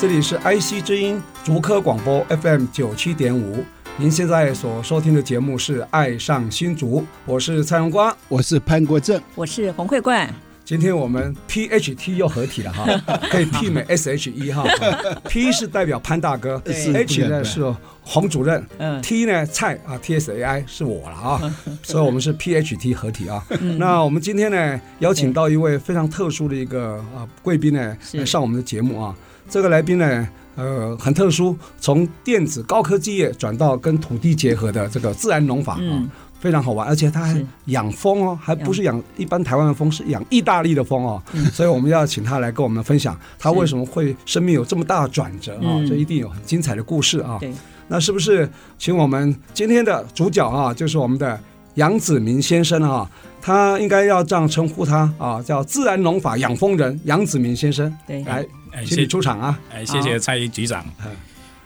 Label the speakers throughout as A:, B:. A: 这里是 IC 之音竹科广播 FM 九七点五，您现在所收听的节目是《爱上新竹》，我是蔡荣光。
B: 我是潘国正，
C: 我是洪慧冠，
A: 今天我们 PHT 又合体了 哈，可以媲美 SHE 哈。P 是代表潘大哥
B: 是
A: ，H 呢
B: 对
A: 是洪主任
C: 嗯
A: ，T 呢蔡啊，TSAI 是我了 啊，所以我们是 PHT 合体啊。
C: 嗯
A: 那我们今天呢，邀请到一位非常特殊的一个啊贵宾呢，
C: 是
A: 来上我们的节目啊。这个来宾呢，呃，很特殊，从电子高科技业转到跟土地结合的这个自然农法啊
C: 嗯。
A: 非常好玩，而且它还
C: 是
A: 养蜂哦，还不是养一般台湾的蜂，是养意大利的蜂哦。
C: 嗯
A: 所以我们要请他来跟我们分享，他
C: 是
A: 为什么会生命有这么大的转折啊
C: 嗯？
A: 这一定有很精彩的故事啊。
C: 对，
A: 那是不是请我们今天的主角啊，就是我们的杨子明先生啊？他应该要这样称呼他啊，叫自然农法养蜂人杨子明先生。
C: 对
A: 来，
D: 哎，
A: 请你
D: 谢
A: 出场啊。
D: 哎，谢
C: 好
D: 谢蔡局长
A: 嗯。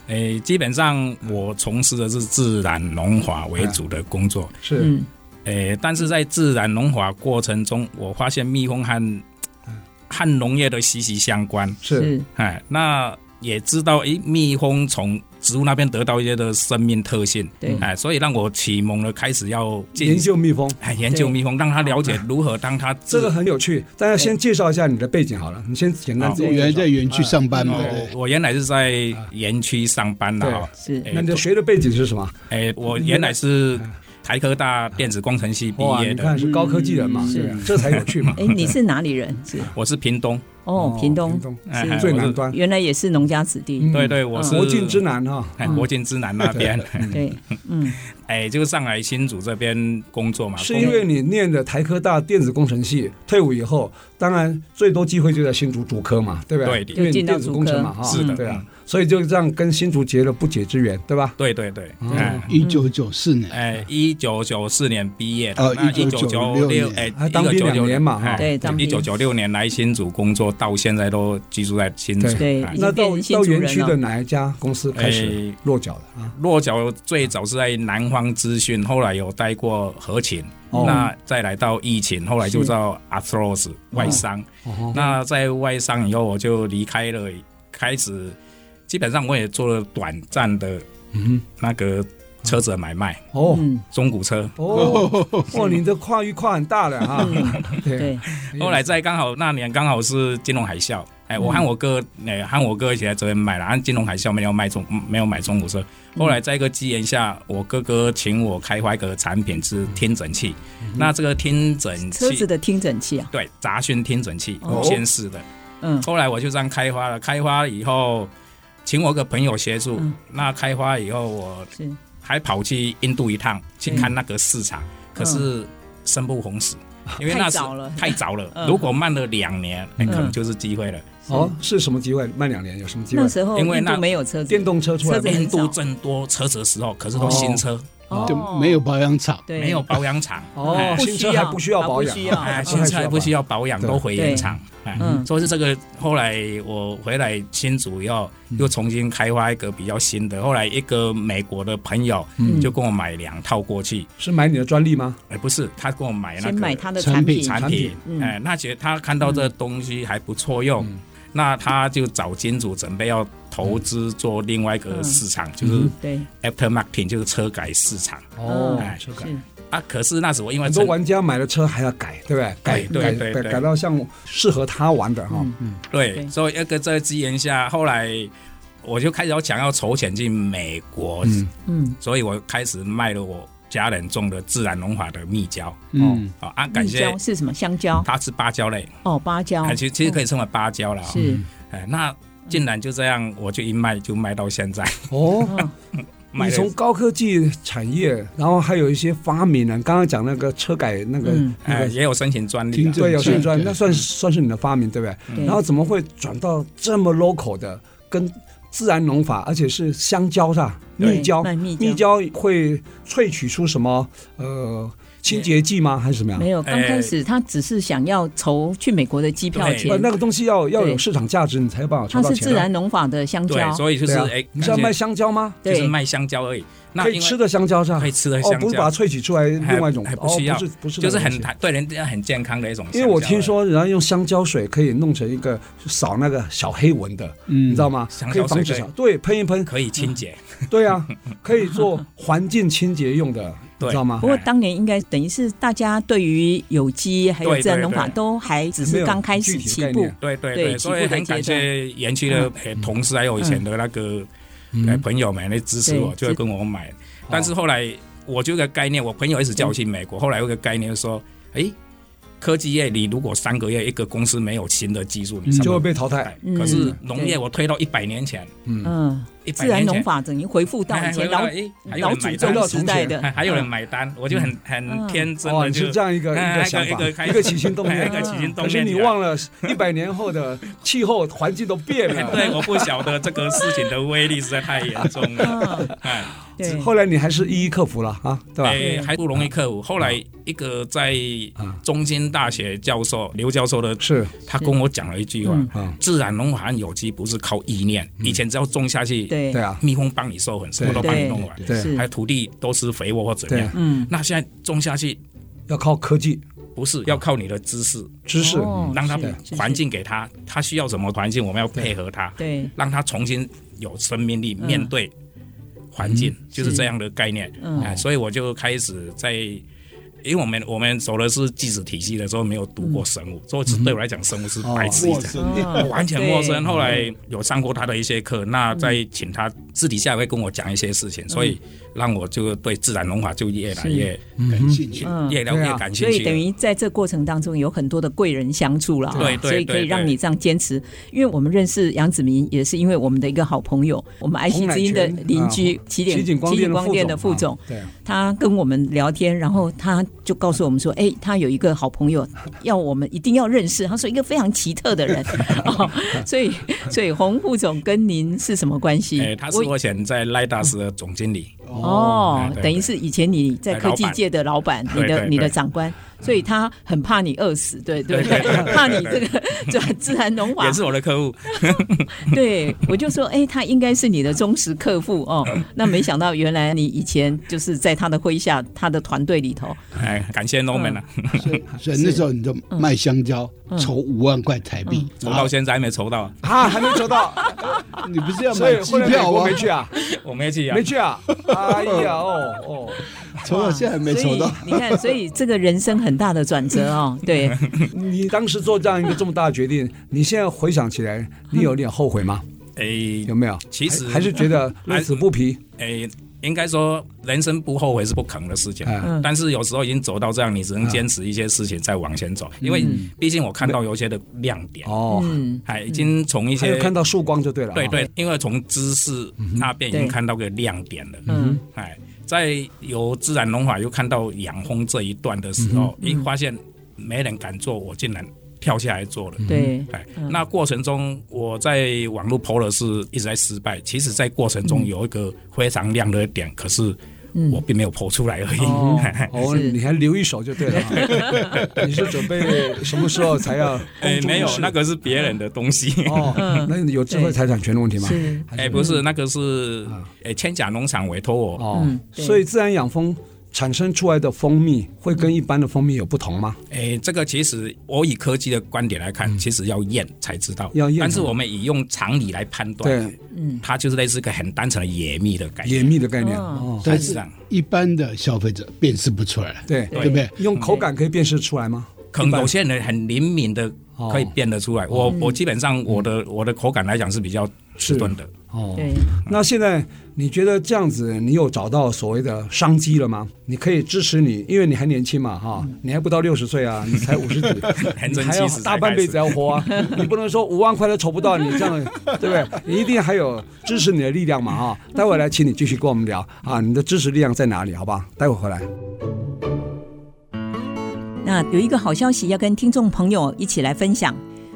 D: 哎，基本上我从事的是自然农法为
A: 啊
D: 主的工作。
A: 是，
C: 嗯
D: 哎，但是在自然农法过程中，我发现蜜蜂和
A: 啊
D: 和农业的息息相关。
A: 是，
D: 哎，那也知道，哎，蜜蜂从植物那边得到一些的生命特性。
C: 对
D: 哎，所以让我启蒙了，开始要进
A: 研究蜜蜂。
D: 哎研究
C: 对
D: 蜜蜂，让他了解如何当它
A: 这
D: 自
A: 个很有趣，大家先介绍一下你的背景好了。你先简单
D: 好
A: 自我
B: 我原来
A: 介
B: 在
A: 绍。
B: 园区上班嘛，
D: 哦我原来是在
A: 啊
D: 园区上班的哈，
C: 是
D: 哎
A: 那你的学的背景是什么？
D: 哎、我原来是台科大电子工程系毕
A: 哇，
D: 业
A: 你
D: 的，
A: 看是高科技人嘛，
C: 嗯
A: 对啊这才有趣嘛。
C: 哎，你是哪里人？是
D: 我是屏东，
C: 哦，屏东，
D: 哎
C: 是
A: 最
D: 我
A: 南
D: 是
A: 端，
C: 原来也是农家子弟，
A: 嗯
D: 对对，我是
A: 国境之南哈。
D: 哎，国境之南那边，
C: 对，嗯，
D: 哎，就上来新竹这边工作嘛，
A: 是因为你念的台科大电子工程系，退伍以后，当然最多机会就在新竹竹科嘛，对不对？
D: 对
A: 因为你
C: 就进到
A: 电子工程嘛，哈，
D: 是的
A: 对啊，工程所以就这样跟新竹结了不解之缘，对吧？
D: 对对对，
A: 哦
D: 哎
B: 一九九四年，
D: 哎，一九九四年毕业的
B: 哦，
D: 那一九
B: 1996
D: 六，
B: 年
D: 哎，
A: 还啊当兵两年嘛哈
C: 对当
D: 一
C: 兵
D: 九九六年来新竹工作，到现在都居住在新竹，
C: 对
D: 哎
C: 已经
A: 那到
C: 变成新
A: 到
C: 竹人
A: 园区
C: 了
A: 的哪一家公司开始
D: 哎，
A: 落脚了啊？
D: 落脚最早是在南方资讯，后来有待过和勤，
C: 嗯
A: 哦
D: 那再来到疫情，后来就是到 Astros 外商。
A: 哦，
D: 那在外商以后，我就离开了，开始基本上我也做了短暂的
A: 嗯，
D: 那个车子的买卖，
A: 哦
C: 嗯，
D: 中古车。
A: 哦 哦，你的跨域跨很大了啊哈。
C: 嗯对，
D: 后来在刚好那年刚好是金融海啸，哎，我
C: 嗯
D: 和我哥，哎，和我哥一起来这边买了，按金融海啸没有卖中，没有买中古车。
C: 嗯
D: 后来在一个机缘下，我哥哥请我开发一个产品是听诊器，那这个听诊
C: 嗯车子
D: 器。
C: 的听诊器啊，
D: 对，杂讯听诊器，
C: 哦
D: 无线式的。
C: 嗯，
D: 后来我就这样开发了，开发以后，请我个朋友协助。
C: 嗯
D: 那开发以后，我
C: 是，
D: 还跑去印度一趟去看那个市场，可是生不逢时，因为那时
C: 嗯太早了
D: 太早了
C: 嗯
D: 如果慢了两年，那、
C: 嗯
D: 可能就是机会了。
A: 哦，是什么机会？慢两年有什么机会
C: 那？时候
D: 因为
C: 印度
D: 那
C: 没有车子，
A: 电动车出来
C: 车子
A: 吗，
C: 很
D: 印度
C: 早
D: 正多车子的时候，可是都新车，
C: 哦
B: 就没有保养厂，
C: 对
D: 没有保养厂，
A: 哦，
C: 不
A: 新
C: 需
A: 车
C: 要
A: 还不需要保
C: 还
A: 养
C: 不需，要哦
D: 哎，
A: 还
D: 新车还不需
A: 要
D: 要保养，
A: 对
D: 都回原厂。哎
C: 嗯
D: 所以是这个后来我回来新竹以后，又重新开发一个比较新的。后来一个美国的朋友
C: 嗯
D: 就跟我买两套过去，
A: 保，是买你的专利吗？
D: 哎，不是，他跟我买那
C: 先
D: 个
C: 买他的
B: 产
C: 产
B: 品
C: 品，
D: 产品
C: 嗯，
D: 哎，那觉得他看到这东西还不错用，那他就找金主准备要投资做另外一个市场，就是
C: 对，
D: aftermarket，就是车改市场
A: 哦
D: 哎，
A: 车改。
C: 是，
D: 啊。可是那时候因为
A: 很多
D: 成
A: 玩家买了车还要改，对不对？改
D: 对
A: 改
D: 对
A: 改
D: 对
A: 改到像适合他玩的哈。
C: 嗯，
D: 对
C: 对，
D: 所以一个这个机缘下，后来我就开始要想要筹钱进美国，
A: 嗯
C: 嗯，
D: 所以我开始卖了我家人种的自然农法的蜜胶。
B: 嗯，
D: 啊啊，感
C: 蜜
D: 谢
C: 蕉是什么？香蕉
D: 它是芭蕉类，
C: 哦，芭蕉
D: 哎，其实其实可以称为芭蕉了。
C: 是
D: 哎，那竟然就这样，我就一卖就卖到现在，
A: 哦，
D: 卖
A: 你
D: 了
A: 从高科技产业，然后还有一些发明呢，刚刚讲那个车改那个、
C: 嗯
A: 那
D: 哎
A: 个。
D: 也有申请专利
B: 听
D: 啊。
B: 着
A: 对，有
B: 对
A: 旋转，
B: 对
A: 那算是算是你的发明，对不对？
C: 对
A: 然后怎么会转到这么 local 的，跟自然农法，而且是香蕉是吧？
C: 对
A: 蜜蕉，
C: 卖蜜
A: 蜜蕉会萃取出什么呃清洁剂吗？还是怎么样
C: 没？有，刚
D: 哎
C: 开始他只是想要筹去美国的机票
D: 对
C: 钱
A: 呃，，那个东西要要有
C: 对
A: 市场价值，你才有办法
C: 它
A: 筹到
C: 是
A: 钱啊。
C: 自然农法的香
D: 对，
C: 蕉，
D: 所以就是
A: 对啊
D: 哎，
A: 你是要
D: 感
A: 卖
D: 谢
A: 香蕉吗？
D: 就是
C: 对
D: 卖香蕉而已。那
A: 可以
D: 因为
A: 吃的香蕉是吧？
D: 可以吃的
A: 哦，
D: 香
A: 不是把它
D: 蕉，
A: 萃取出来
D: 还
A: 另外一种，
D: 还不
A: 哦，
D: 需要
A: 是不是那
D: 就
A: 个
D: 是
A: 东
D: 很
A: 西
D: 对人家很健康的一种香蕉。哎
A: 因为我听说人家用香蕉水可以弄成一个扫那个小黑蚊的，
B: 嗯
A: 你知道吗？
D: 香
A: 可以
D: 蕉水
A: 防止小对喷一 喷，
D: 可以清洁，
A: 对啊，可以做环境清洁用的，你
D: 对
A: 知道吗
C: 不？过当年应该等于是大家对于有机还有
D: 对
C: 自然
D: 对
C: 农法
D: 对
C: 都还只
A: 没
C: 是
A: 有
C: 刚开始
A: 具体的
C: 起
A: 概
C: 步
A: 念，
D: 对对
C: 对
D: 对，所以
C: 起步的
D: 很感
C: 阶段
D: 谢园区
C: 嗯
D: 的呃同事还有以前的那个
A: 嗯
D: 呃朋友们来支持我，
C: 对
D: 就会跟我买。但是后来我就有个概念，我朋友一直叫
C: 嗯
D: 我去美国，后来有个概念就说，诶，科技业你如果三个月一个公司没有新的技术，你上
A: 就
D: 不
A: 会
D: 了
A: 被淘汰
D: 台。
C: 嗯
D: 可是
C: 对
D: 农业我推到一百年前，
C: 嗯，
D: 一百
C: 自然
D: 年
C: 农
D: 前。
C: 法等于回复到
D: 哎
C: 以前
D: 回到
C: 老
D: 诶 还有
C: 老
D: 人
C: 祖
D: 买
A: 宗
D: 单，
C: 宗时代
D: 还
C: 的，
D: 还有人买单，我就很很
C: 嗯
D: 天真
A: 哦，
D: 的
A: 你
D: 就是
A: 这样一个
D: 哎
A: 一个想
D: 一
A: 法
D: 个一个，
A: 一个起心动
D: 哎一
A: 念。啊
D: 个起心动
A: 可
D: 念，
A: 是你
D: 起来
A: 忘了，一百年后的气候环境都变了。
D: 对，我不晓得这个事情的威力实在太严重了，
C: 嗯，
D: 哎，
C: 对，
A: 后来你还是一一克服了啊，对吧？
D: 哎还不容易克服。后来一个在中京大学教授刘教授的，
A: 是
D: 他跟我讲了一句话
C: 嗯：
A: 啊，
D: 自然农法和有机不是靠意念，
A: 嗯
D: 以前只要种下去，
C: 对
A: 对，啊，
D: 蜜蜂帮你授粉，什么都帮你弄完，
A: 对
C: 是
D: 啊还有土地都是肥沃或怎
A: 对啊
D: 样，。
C: 嗯，
D: 那现在种下去
A: 要靠科技
D: 不是要靠你的知识，
A: 知识，
C: 哦
D: 让它
C: 是是
D: 环境给它，它需要什么环境，我们要配合它。
C: 对，
D: 让它重新有生命力
C: 嗯
D: 面对环境，就是
C: 是
D: 这样的概念。
C: 嗯
D: 哎，所以我就开始在，因为我们我们走的是技子体系的时候没有读过生物，所以是对我来讲生物是白痴一
B: 陌
D: 样。
B: 生
C: 嗯哦
D: 完全陌生，
C: 对嗯
D: 后来有上过他的一些课，那再请他私底下会跟我讲一些事情，所以让我就对自然农法就越来越
B: 感兴趣，
C: 嗯
D: 越了
A: 对
D: 越
A: 啊
D: 感兴
C: 所以
D: 趣
C: 等
D: 了。
C: 于在这过程当中有很多的贵人相助了啊，
D: 对对
C: 所以可以让你这样坚持。因为我们认识杨子明，也是因为我们的一个好朋友，我们 IC 之音的邻居
D: 啊
C: 起点
A: 奇景光电
C: 光电的副
A: 总
C: 总
A: 啊，，对啊，
C: 他跟我们聊天，然后他就告诉我们说，哎，他有一个好朋友，要我们一定要认识。他说一个非常奇特的人，哦，所以所以洪副总跟您是什么关系？
D: 哎，他是
C: 我嗯
D: 我以前在赖大师的总经理，
C: 哦
D: 哎，对
C: 等于是以前你在科技界的老板，
D: 对
C: 你
D: 对
C: 的
D: 对
C: 你的长官，所以他很怕你饿死，对对
D: 对对对
C: 怕你这个 这自 然农法
D: 也，是我的客户。
C: 对我就说，哎，他应该是你的忠实客户 哦。那没想到原来你以前就是在他的麾下，他的团队里头，啊
D: 哎，感谢 Norman 啊，
C: 嗯
B: 所以所以那时候你就卖香蕉，筹五万块台币，
D: 筹到现在还没筹到啊，
A: 啊还没筹到，
B: 啊你不是要
A: 所以
B: 买机
A: 后来美
B: 票
A: 国
B: 吗
A: 没？去啊，
D: 我没去啊
A: 没，去啊，哎 呀哦哦，
B: 筹到现在还没筹到
C: 哇，所以你看，所以这个人生很大的转折哦， 对，
A: 你当时做这样一个这么大的决定，你现在回想起来，你有点后悔吗？
D: 哎
A: 有，没有？
D: 其实
A: 还还是觉得乐此不疲。
D: 诶，应该说人生不后悔是不可能的事情，
A: 嗯
D: 但是有时候已经走到这样，你只能坚持一些事情再往前
A: 嗯
D: 走，因为毕竟我看到有一些的亮点，
A: 哦，
C: 嗯，
D: 哎，已经从一
A: 还有
D: 些
A: 看到曙光就对了。
D: 对
A: 哦
D: 对，因为从知识那边
A: 嗯
D: 已经
C: 对
D: 看到个亮点了，
C: 嗯，
D: 哎，在由自然农法又看到养蜂这一段的时
A: 嗯
D: 候，一发现没人敢做，我竟然跳下来做了，
C: 对，
D: 哎，
A: 嗯
D: 那过程中我在网络 PO 的是一直在失败，其实，在过程中有一个非常亮的点，可是我并没有 PO 出来而已。
A: 嗯 哦哦，
C: 是
A: 你还留一手就对了啊。你是准备什么时候才要？
D: 哎，没有，那
A: 个。
D: 个是别人的东西。
A: 哦，那有智慧财产权的问题吗？
C: 是，
A: 还
D: 哎，不是，那个是哎千甲农场委托我。
A: 啊哦
C: 嗯，对
A: 所以自然养蜂产生出来的蜂蜜会跟一般的蜂蜜有不同吗？
D: 哎，这个其实我以科技的观点来看，其实要验才知道。
A: 嗯要验
D: 但是我们以用常理来判断，
A: 对，
D: 它就是类似一个很单纯的野蜜的
C: 哎
D: 概
A: 野
D: 念。
A: 蜜的概念
C: 哦
A: 哦，
B: 但
D: 是
B: 是
D: 啊
B: 一般的消费者辨识不出来，
A: 对，
B: 对不对？
A: 用口感可以辨识出来吗？
D: 可能有些人很灵敏的
A: 哦
D: 可以辨得出来。我我基本上我的我的口感来讲是比较迟钝的，
A: 哦。
C: 对，
A: 那现在你觉得这样子，你有找到所谓的商机了吗？你可以支持你，因为你还年轻嘛，哈，
C: 嗯
A: 你还不到六十岁 啊，你才五十几，
D: 很
A: 你
D: 珍
A: 还
D: 惜
A: 要
D: 是
A: 大半辈子要活啊！你不能说五万块都筹不到，你这样对不对？你一定还有支持你的力量嘛啊！待会儿来，请你继续跟我们聊啊，你的支持力量在哪里？好吧，待会儿回来。
C: 那有一个好消息要跟听众朋友一起来分享，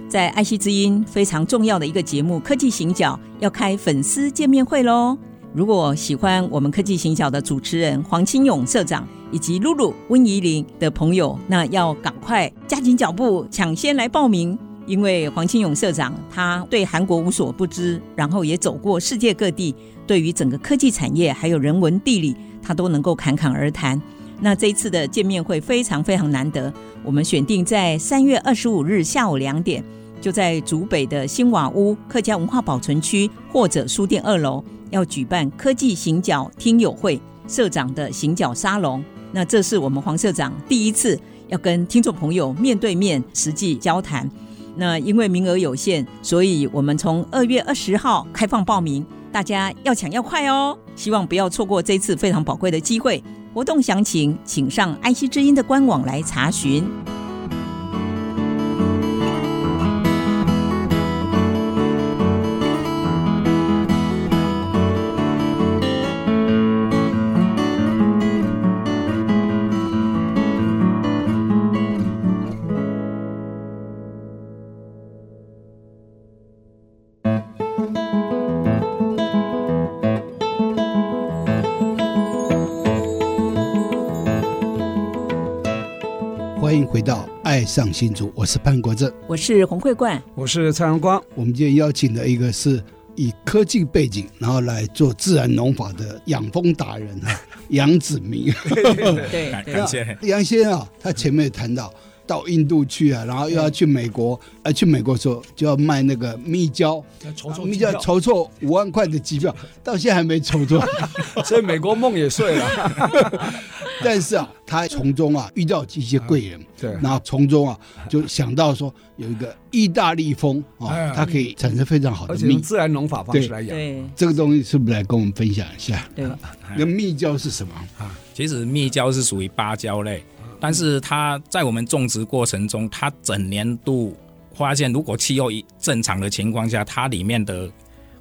C: 在爱惜之音非常重要的一个节目《科技行脚》要开粉丝见面会喽！如果喜欢我们科技行脚的主持人黄清勇社长以及露露温怡玲的朋友，那要赶快加紧脚步，抢先来报名。因为黄清勇社长他对韩国无所不知，然后也走过世界各地，对于整个科技产业还有人文地理，他都能够侃侃而谈。那这一次的见面会非常非常难得，我们选定在三月二十五日下午两点，就在竹北的新瓦屋客家文化保存区或者书店二楼，要举办科技行脚听友会社长的行脚沙龙。那这是我们黄社长第一次要跟听众朋友面对面实际交谈。那因为名额有限，所以我们从二月二十号开放报名，大家要抢要快哦！希望不要错过这次非常宝贵的机会。活动详情请上爱惜之音的官网来查询。
B: 欢迎回到《爱上新竹》，我是潘国正。
C: 我是洪慧冠，
A: 我是蔡阳光，
B: 我们今天邀请的一个是以科技背景，然后来做自然农法的养蜂达人啊，杨子明。
C: 对
D: 感
C: 嗯对啊
D: 感谢。
B: 杨先生啊，他前面也谈到到印度去啊，然后又要去美国，啊，去美国的时候就要卖那个蜜胶，
A: 筹
B: 啊蜜胶筹措五万块的 机票，到现在还没筹措。
A: 所以美国梦也碎了。
B: 但是啊，他从中啊遇到一些贵人，
A: 对
B: 然后从中啊就想到说有一个意大利风
A: 哎
B: 啊，它可以产生非常好
A: 而
B: 的
A: 且用
B: 蜜。
A: 自然农法方式来养，
C: 对
B: 这个东西是不是来跟我们分享一下？
C: 对，
A: 哎
B: 那蜜胶是什么？
D: 其实蜜胶是属于芭蕉类，但是它在我们种植过程中，它整年度发现，如果气候一正常的情况下，它里面的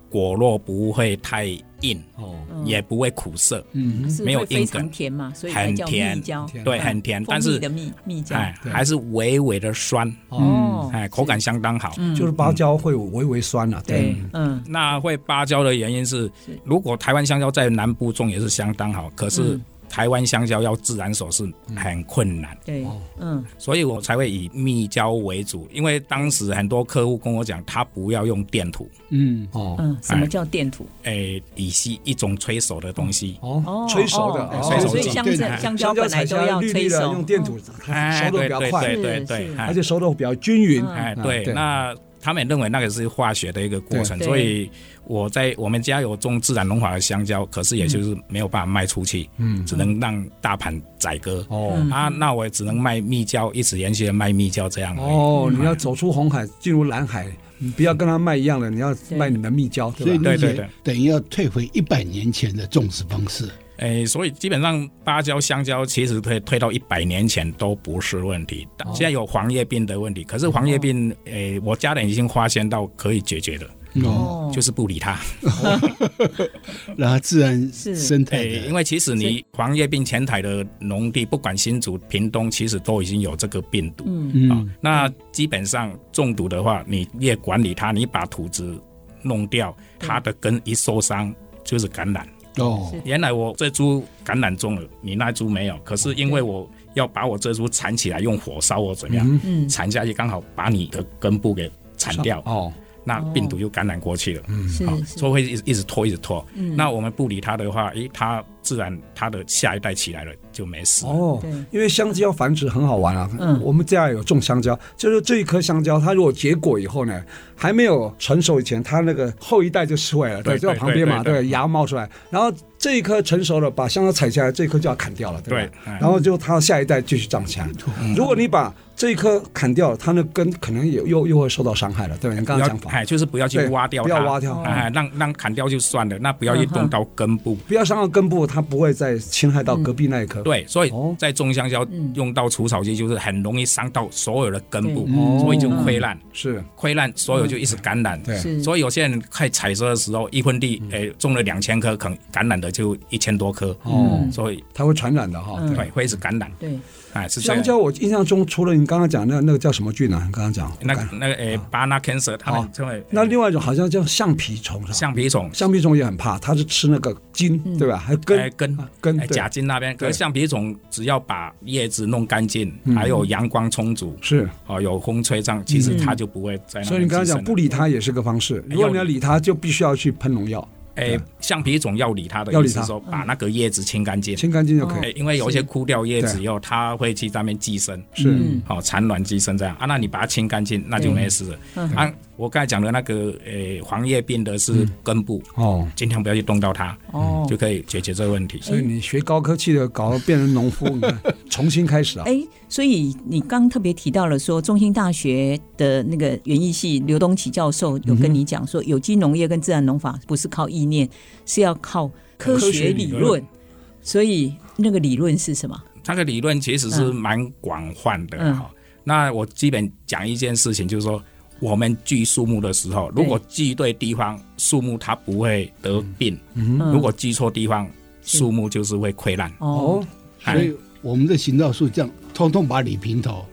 D: 果肉不会太硬，
C: 嗯
D: 也不会苦涩，
B: 嗯，
C: 是
D: 没有
C: 会
D: 硬
C: 非
D: 梗
C: 常甜嘛，所以才
D: 很
C: 叫
D: 甜
C: 蜜胶，
A: 甜
D: 对，很甜，但
C: 蜂蜜
D: 是
C: 的蜜蜜胶。
D: 哎还是微微的酸，
C: 哦，
D: 哎，口感相当好。
A: 嗯就是芭蕉会微微酸了、啊。
C: 对，嗯，
D: 那会芭蕉的原因是，如果台湾香蕉在南部种也是相当好，可是
C: 嗯
D: 台湾香蕉要自然熟是
A: 嗯
D: 很困难。
C: 对，嗯，
D: 所以我才会以蜜胶为主，因为当时很多客户跟我讲，他不要用电土，
B: 嗯，
A: 哦
C: 嗯，什么叫电土？
D: 诶、乙烯一种催熟的东西，
A: 哦，催熟的，
C: 哦
A: 哦
D: 催熟
C: 所以
D: 剂
C: 香
B: 对
C: 蕉
B: 对
C: 香蕉
A: 香蕉
C: 本
A: 采
C: 来都
A: 下
C: 要
A: 绿
C: 催
A: 绿的，
C: 熟，哦
A: 用电土
D: 哎
A: 熟的比较快，
D: 对对对
C: 是
D: 对，
C: 是
D: 哎
A: 而且熟的比较均匀。
C: 嗯
D: 哎，
A: 啊
D: 对
A: 对，
D: 那他们认为那个是化学的一个过程，
C: 对
D: 所以我在我们家有种自然农法的香蕉，可
C: 嗯
D: 是也就是没有办法卖出去，
A: 嗯
D: 只能让大盘宰割。
A: 哦
C: 嗯
D: 啊，那我也只能卖蜜胶，一直延续地卖蜜胶这样而已。嗯
A: 哦，你要走出红海，进入蓝海，你不要跟他卖一样的，你要卖你的蜜胶，
B: 所
A: 对
B: 以
A: 吧？
B: 理
D: 对
B: 解
D: 对对
B: 等于要退回一百年前的种植方式。
D: 诶，所以基本上芭蕉、香蕉其实推推到一百年前都不是问题，但现在有黄叶病的问题，可是黄叶病，诶，我家人已经发现到可以解决的，
B: 哦，
C: 哦，
D: 就是不理它。
B: 嗯然后自然
C: 是
B: 生态
D: 诶，因
A: 哎
B: 的，
D: 为其实你黄叶病前台的农地，不管新竹、屏东，其实都已经有这个病毒。
C: 嗯，
D: 啊
B: 嗯，
D: 那基本上中毒的话，你越管理它，你把土质弄掉，它的根一受伤就是感染。
B: 哦，
D: 原来我这株感染中了，你那株没有，可是因为我要把我这株缠起来，用火烧我怎么样？
C: 嗯
D: 缠下去刚好把你的根部给缠掉，
A: 哦，
D: 那病毒就感染过去了。哦
C: 是
D: 好，
C: 是
A: 嗯
D: 所以会一直一直拖，一直拖。那我们不理它的话，诶，它自然它的下一代起来了就没事了。
A: 哦，
C: 对，
A: 因为香蕉繁殖很好玩啊，
C: 嗯
A: 我们家有种香蕉，就是这一颗香蕉，它如果结果以后呢，还没有成熟以前，它那个后一代就出来了，
D: 对
A: 就在
D: 对
A: 旁边嘛，
D: 对对嗯
A: 对，芽冒出来，然后这一颗成熟了，把香蕉采下来，这一颗就要砍掉了，对
D: 对
A: 吧？，
D: 哎嗯
A: 然后就它下一代继续长起来。如果你把这一颗砍掉了，它那根可能也又又会受到伤害了，对吧？你刚刚
D: 不要
A: 讲法，
D: 哎，就是不要去
A: 对
D: 挖掉
A: 不
D: 它，
A: 要挖掉，嗯
D: 哎，让让砍掉就算了，那不要去动到根部。
A: 不要伤到根部，它不会再侵害到隔壁那一颗。
D: 嗯对，所以
A: 哦
D: 在种香蕉
C: 嗯
D: 用到除草剂，就是很容易伤到所有的根部
C: 对，
A: 嗯
D: 所以就溃烂，
A: 是，
D: 溃烂，所有就一直感染。
A: 嗯对嗯
C: 是，
D: 所以有些人快采收的时候，一分地诶种了两千棵，可能感染的就一千多棵，
A: 哦，
C: 嗯
D: 所以
A: 它会传染的哈。
C: 嗯
D: 对会一直感染，
C: 对，
D: 哎，是这
A: 香
D: 样。
A: 蕉，我印象中除了你刚刚讲那那个叫什么菌啊？你刚刚讲
D: 那
A: 我看
D: 那个诶，巴纳 cancer，他
A: 啊哦
D: 们称为
A: 那另外一种好像叫橡皮虫是吧？
D: 橡皮虫，
A: 橡皮虫也很怕，它是吃那个茎，
C: 嗯
A: 对吧？还有根
D: 哎根
A: 啊根
D: 哎，
A: 对
D: 甲茎那边，可
A: 对嗯
D: 是橡皮虫只要把叶子弄干净，还有阳光充足，
A: 是。
D: 哦，有风吹这样，其实它就不会在哎那边寄生了。
A: 所以你刚刚讲不理它也是个方式，如果你要理它，就必须要去喷农药，
D: 哎，橡皮种要理它的
A: 要理
D: 意思
A: 它
D: 是说，把那个叶子清干净。
A: 清干净就可以。
D: 哎，因为有一些枯掉叶
A: 对
D: 子以后，它会去上面寄生，
A: 是
C: 嗯
D: 好产卵寄生这样啊。那你把它清干净，那就没事了。啊，我刚才讲的那个诶，黄叶病的是根部，
A: 哦，
D: 尽量不要去动到它，
C: 哦
D: 就，可以解决这个问题。
C: 哎
A: 所以你学高科技的，搞得变成农夫，你 看重新开始啊。
C: 哎，所以你刚特别提到了说，中兴大学的那个园艺系刘东启教授有
D: 嗯
C: 跟你讲说，有机农业跟自然农法不是靠意念，是要靠科
A: 科
C: 学
A: 学
C: 理
A: 理
C: 论。所以那个理论是什么？
D: 它的理论其实是蛮广泛的
C: 嗯
D: 哈、那我基本讲一件事情，就是说我们锯树木的时候，
C: 对
D: 如果锯对地方，树木它不会得病；
C: 嗯
D: 如果锯错地方，树木就是会溃烂。
C: 哦，
A: 哦，
D: 哎
B: 所以我们的行道树这样通通把你平头，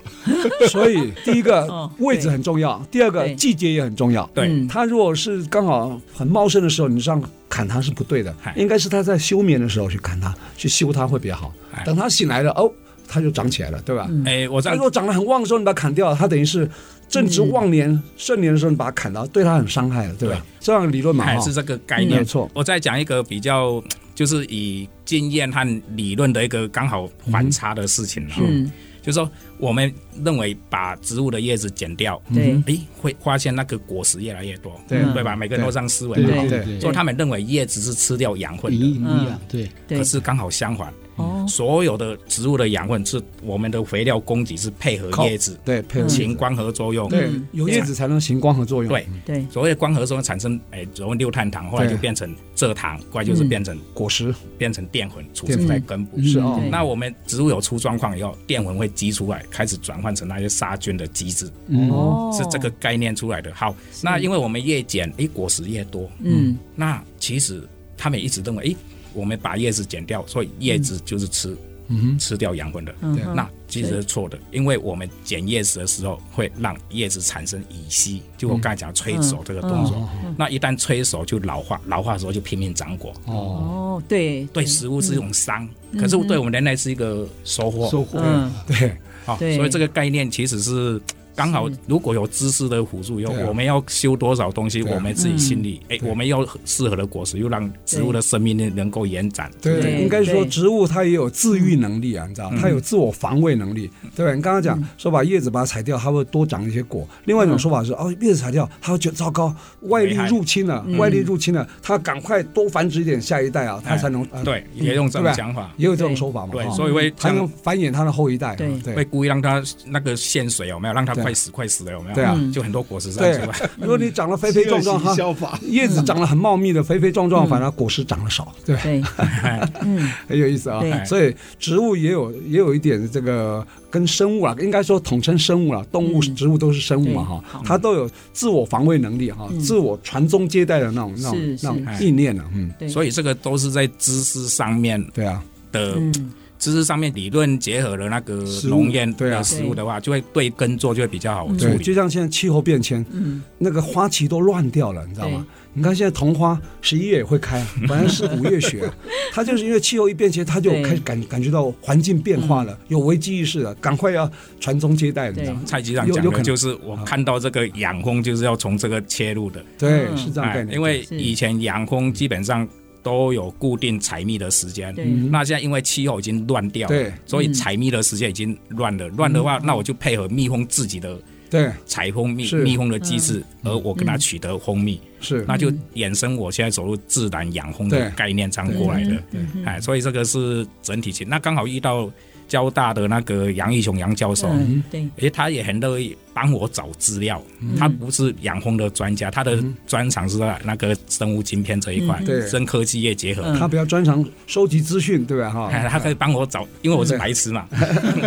A: 所以第一个
C: 哦
A: 位置很重要，第二个
C: 对
A: 季节也很重要。
D: 对
C: 嗯
A: 它如果是刚好很茂盛的时候，你这样砍它是不对的
D: 哎，
A: 应该是它在休眠的时候去砍它，去修它会比较好
D: 哎。
A: 等它醒来了，哦，它就长起来了，对吧？
C: 嗯
D: 哎、我这
A: 它如果
D: 样
A: 长得很旺的时候，你把它砍掉，它等于是正值旺年、
D: 嗯
A: 盛年的时候，你把它砍到，对它很伤害了，对吧？这样理论嘛，
D: 还
A: 哈
D: 是这个概
A: 嗯没
D: 念嗯
A: 有。错。
D: 我再讲一个比较，就是以经验和理论的一个刚好反差的事情哈、
C: 嗯，
D: 就是说我们认为把植物的叶子剪掉，
A: 嗯
C: 对
D: 哎，会发现那个果实越来越多，
A: 对
D: 对吧？每个人都这样思维
B: 对
D: 嘛。
A: 对
B: 对
A: 对
B: 对
D: 所以他们认为叶子是吃掉养分
B: 一一
D: 的，
B: 样，对，
C: 对
D: 可，是刚好相反，
C: 哦，
D: 所有的植物的养分是我们的肥料供给是配合
A: 靠
D: 叶子
A: 对，配合
D: 行光合作用，
A: 对
C: 嗯，
A: 有叶子才能行光合作用。
D: 对，
C: 对，
D: 所谓的光合作用产生哎，所谓六碳糖，后来
A: 对嗯
D: 就变成蔗糖，后来就是变成
A: 果实
D: 变成淀粉储
A: 淀
D: 存
A: 粉
D: 在根部。
A: 是哦
C: 对，
D: 那我们植物有出状况以后，淀粉会激出来，开始转换成那些杀菌的机制，
A: 哦，
C: 哦
D: 是这个，概念出来的。好，那因为我们越剪，哎，果实越多，
C: 嗯，
D: 那其实他们一直认为，诶，我们把叶子剪掉，所以叶子就是吃、
A: 嗯
D: 吃掉养分的。
C: 嗯
A: 对
C: 哼
D: 那其实是错的，因为我们剪叶子的时候会让叶子产生乙烯，就
C: 嗯
D: 我刚才讲催熟这个动作。
A: 嗯
D: 那一旦催熟就老化，老化的时候就拼命长果，
A: 哼，哦，
C: 哦，对，
D: 对食物
C: 嗯
D: 是一种伤，可是对我们人类是一个收获。
B: 收获
C: 嗯，
A: 对，
D: 好，
C: 对
D: 所以这个概念其实是。刚好
C: 是，
D: 如果有知识的辅助，有
A: 对啊
D: 我们要修多少东西，
A: 对啊
D: 我们自己心里，哎，我们要适合的果实，又让植物的生命力能够延展。
A: 对，
C: 对
A: 应该说
C: 对
A: 植物它也有自愈能力啊，你知道，
D: 嗯
A: 它有自我防卫能力，对吧？你刚刚讲说把叶子把它裁掉，它会多长一些果。另外一种说法是，哦，叶子裁掉，它会觉得糟糕，外力
D: 嗯危害嗯
A: 入侵了，外力入侵了，它赶快多繁殖一点下一代啊，它才能呃
D: 哎对，也用这
A: 对
D: 种
A: 吧
D: 讲法，
A: 也有这种说法嘛，
D: 对
A: 哈，
D: 所以会
A: 才能
D: 像
A: 繁衍它的后一代啊，
C: 对
D: 会
A: 对。
D: 故意让它那个限水有没有，让它
A: 对啊
D: 快死快死了有没有？
A: 对啊
D: 就很多果实上
A: 对
D: 出来。，
A: 如果你长得肥肥壮壮哈，
B: 消法，
A: 叶子长得很茂密的肥肥壮
D: 嗯
A: 壮，反而果实长得少，对吧，
C: 对，嗯，
A: 很有意思啊
C: 对。
A: 所以植物也有也有一点这个跟生物啊，应该说统称生物了，啊动物、
C: 嗯
A: 植物都是生物嘛
C: 对
A: 哈
C: 好，
A: 它都有自我防卫能力哈，
C: 嗯
A: 自我传宗接代的那种那种
C: 是是
A: 那种意念啊，嗯，
C: 对，
D: 所
C: 以，
D: 以这个都是在知识上面
A: 对啊，
D: 的
C: 嗯，
D: 知识上面理论结合了那个
A: 食物
D: 农业
A: 对啊
D: 的食物的话，就会对耕作就会比较好处
A: 对，
D: 理。
A: 就像现在气候变迁，
C: 嗯，
A: 那个花期都乱掉了，你知道吗？你看现在桐花十一月也会开，本来是五月雪，它就是因为气候一变迁，它就
C: 对嗯
A: 开始感感觉到环境变化了，有危机意识了，赶快要传宗接代，你知道吗？
D: 蔡局长
A: 有
D: 讲
A: 有可
D: 的
A: 能
D: 就是我看到这个养蜂就是要从这个切入的，
A: 对，
C: 嗯
A: 是这样概
D: 哎
A: 念。
D: 因为
C: 是
D: 以前养蜂基本上都有固定采蜜的时间。
C: 对
A: 嗯
D: 那现在因为气候已经乱掉了，
A: 对
D: 所以
C: 嗯
D: 采蜜的时间已经乱了。乱的话，那我就配合蜜蜂自己的
A: 对
D: 采蜂蜜
A: 是嗯
D: 蜜蜂的机制，而我跟它
C: 嗯
D: 取得蜂蜜，
A: 是
D: 那就衍生我现在走入自然养蜂的
A: 对
D: 概念上过来的。
C: 嗯哼
D: 哎，所以这个是整体性。那刚好遇到交大的那个杨义雄杨教授，
C: 嗯，对，
D: 诶，他也很乐意帮我找资料。
C: 嗯
D: 他不是养蜂的专家，他的专长是在那个生物晶片这一块
C: 嗯，
A: 嗯对
D: 跟科技业结合。
C: 嗯
A: 他比较专长收集资讯，对吧？哈，
D: 哎 他可以帮我找，因为我是白痴嘛，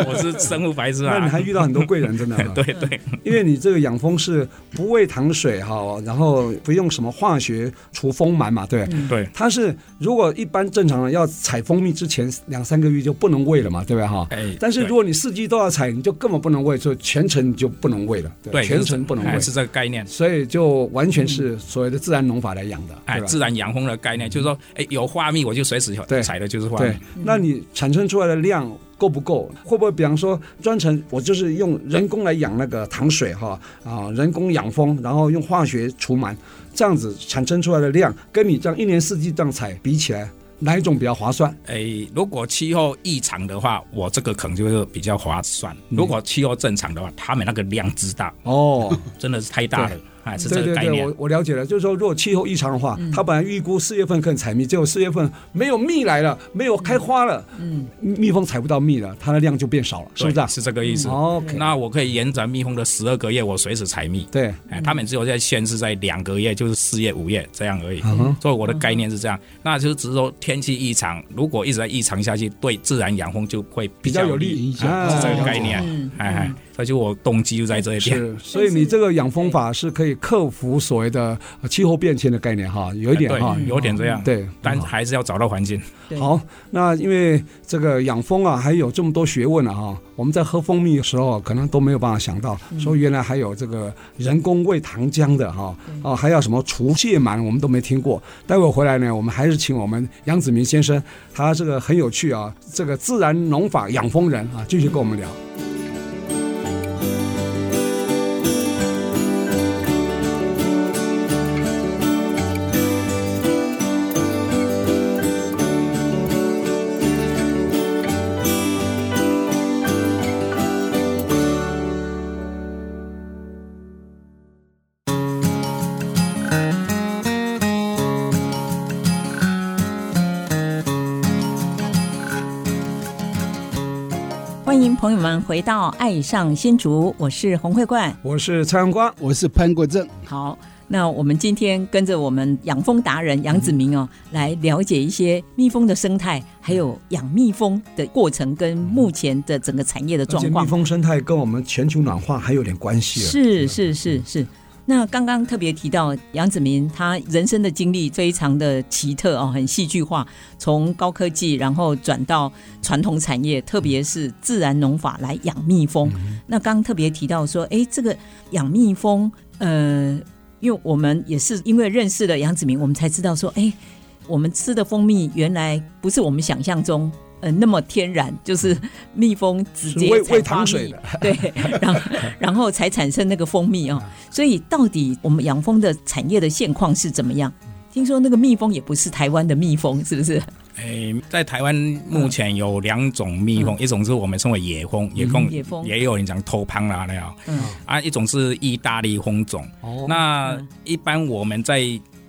D: 我 是生物白痴
A: 嗯那你
D: 啊
A: 还。遇到很多贵人，
D: 。
A: 真的
D: 对对，
A: 因为你这个养蜂是不喂糖水哈，然后不用什么化学除蜂螨嘛，对。
C: 嗯
D: 对
A: 它是如果一般正常人要采蜂蜜之前两三个月就不能喂了嘛，对吧？哈。
D: 哎，
A: 但是如果你四季都要采，你就根本不能喂，所以全程你就不能喂了，对
D: 对
A: 全程不能
D: 哎
A: 喂，
D: 是这个概念。
A: 所以就完全是所谓的自然农法来养的，
D: 哎，
A: 对吧？嗯
D: 自然养蜂的概念就是说，哎，有花蜜我就随时
A: 对
D: 采的就是花蜜
A: 对。，那你产生出来的量够不够？会不会比方说专程我就是用人工来养那个糖水哈啊，人工养蜂，然后用化学除螨，这样子产生出来的量，跟你这样一年四季这样采比起来，哪一种比较划算？
D: 诶，如果气候异常的话，我这个可能就是比较划算；如
A: 嗯
D: 果气候正常的话，他们那个量之大，
A: 哦，
D: 真的是太大了，哎， 是
A: 对
D: 这
A: 对
D: 个概
A: 对，
D: 念
A: 我。我了解了，就是说如果气候异常的话，他本来预估四月份可以采蜜，结果四月份没有蜜来了，没有开花了，
C: 嗯，
A: 蜜蜂采不到蜜了，它的量就变少了，是不是、
D: 对
A: 啊？
D: 是这个意思。
A: OK，
D: 那我可以延展蜜蜂的十二个月，我随时采蜜。
A: 对，
D: 哎，他们只有在限制在两个月，就是四月、五月这样而已。
A: 嗯哼，
D: 所以我的概念是这样，那就是只是说天气异常，如果一直在异常下去，对自然养蜂就会
A: 比
D: 比
A: 较
D: 较
A: 有
D: 有利。
A: 利
B: 影响
D: 是这个
A: 啊
D: 概念
C: 嗯，
D: 哎哎，所以就我动机就在这一边。
A: 是，所以你这个养蜂法是可以克服所谓的呃气候变迁的概念哈，有一点
D: 对
A: 哈，
D: 有点这样，
A: 对，
D: 但
A: 很好
D: 还是要找到环境。
C: 对，
A: 好，那因为这个养蜂啊，还有这么多学问啊哈。我们在喝蜂蜜的时候，啊可能都没有办法想到，说原来还有这个人工喂糖浆的哈，哦、还有什么除蟹螨，我们都没听过。待会儿回来呢，我们还是请我们杨子明先生，他这个很有趣啊，这个自然农法养蜂人啊，继续跟我们聊。
C: 欢迎朋友们回到《爱上新竹》，我是洪慧冠。
A: 我是蔡阳光，
B: 我是潘国正，
C: 好，那我们今天跟着我们养蜂达
A: 嗯
C: 人杨子明哦，来了解一些蜜蜂的生态，还有养蜜蜂的过程跟目前的整个产业的
A: 而且
C: 状
A: 蜜
C: 况。
A: 蜂生态跟我们全球暖化还有点关系了。
C: 是是是
A: 嗯
C: 是。那刚刚特别提到杨子明，他人生的经历非常的奇特哦，很戏剧化，从高科技然后转到传统产业，特别是自然农法来养蜜
A: 嗯
C: 蜂。那刚刚特别提到说，哎，这个养蜜蜂，呃，因为我们也是因为认识了杨子明，我们才知道说，哎，我们吃的蜂蜜原来不是我们想象中。呃，那么天然就是蜜蜂
A: 嗯
C: 直
A: 是
C: 接
A: 喂
C: 采
A: 喂
C: 花
A: 糖水
C: 蜜
A: 的，
C: 对，然后然后才产生那个蜂蜜
A: 嗯
C: 哦。所以到底我们养蜂的产业的现况是怎么样？听说那个蜜蜂也不是台湾的蜜蜂，是不是？
D: 诶，哎在台湾目前有两种蜜
A: 嗯
D: 蜂，一种是我们称为野蜂，野蜂
C: 野蜂
D: 也有人讲偷攀啦那样
C: 嗯，
D: 啊，一种是意大利蜂种。
A: 哦
D: 那
C: 嗯
D: 一般我们在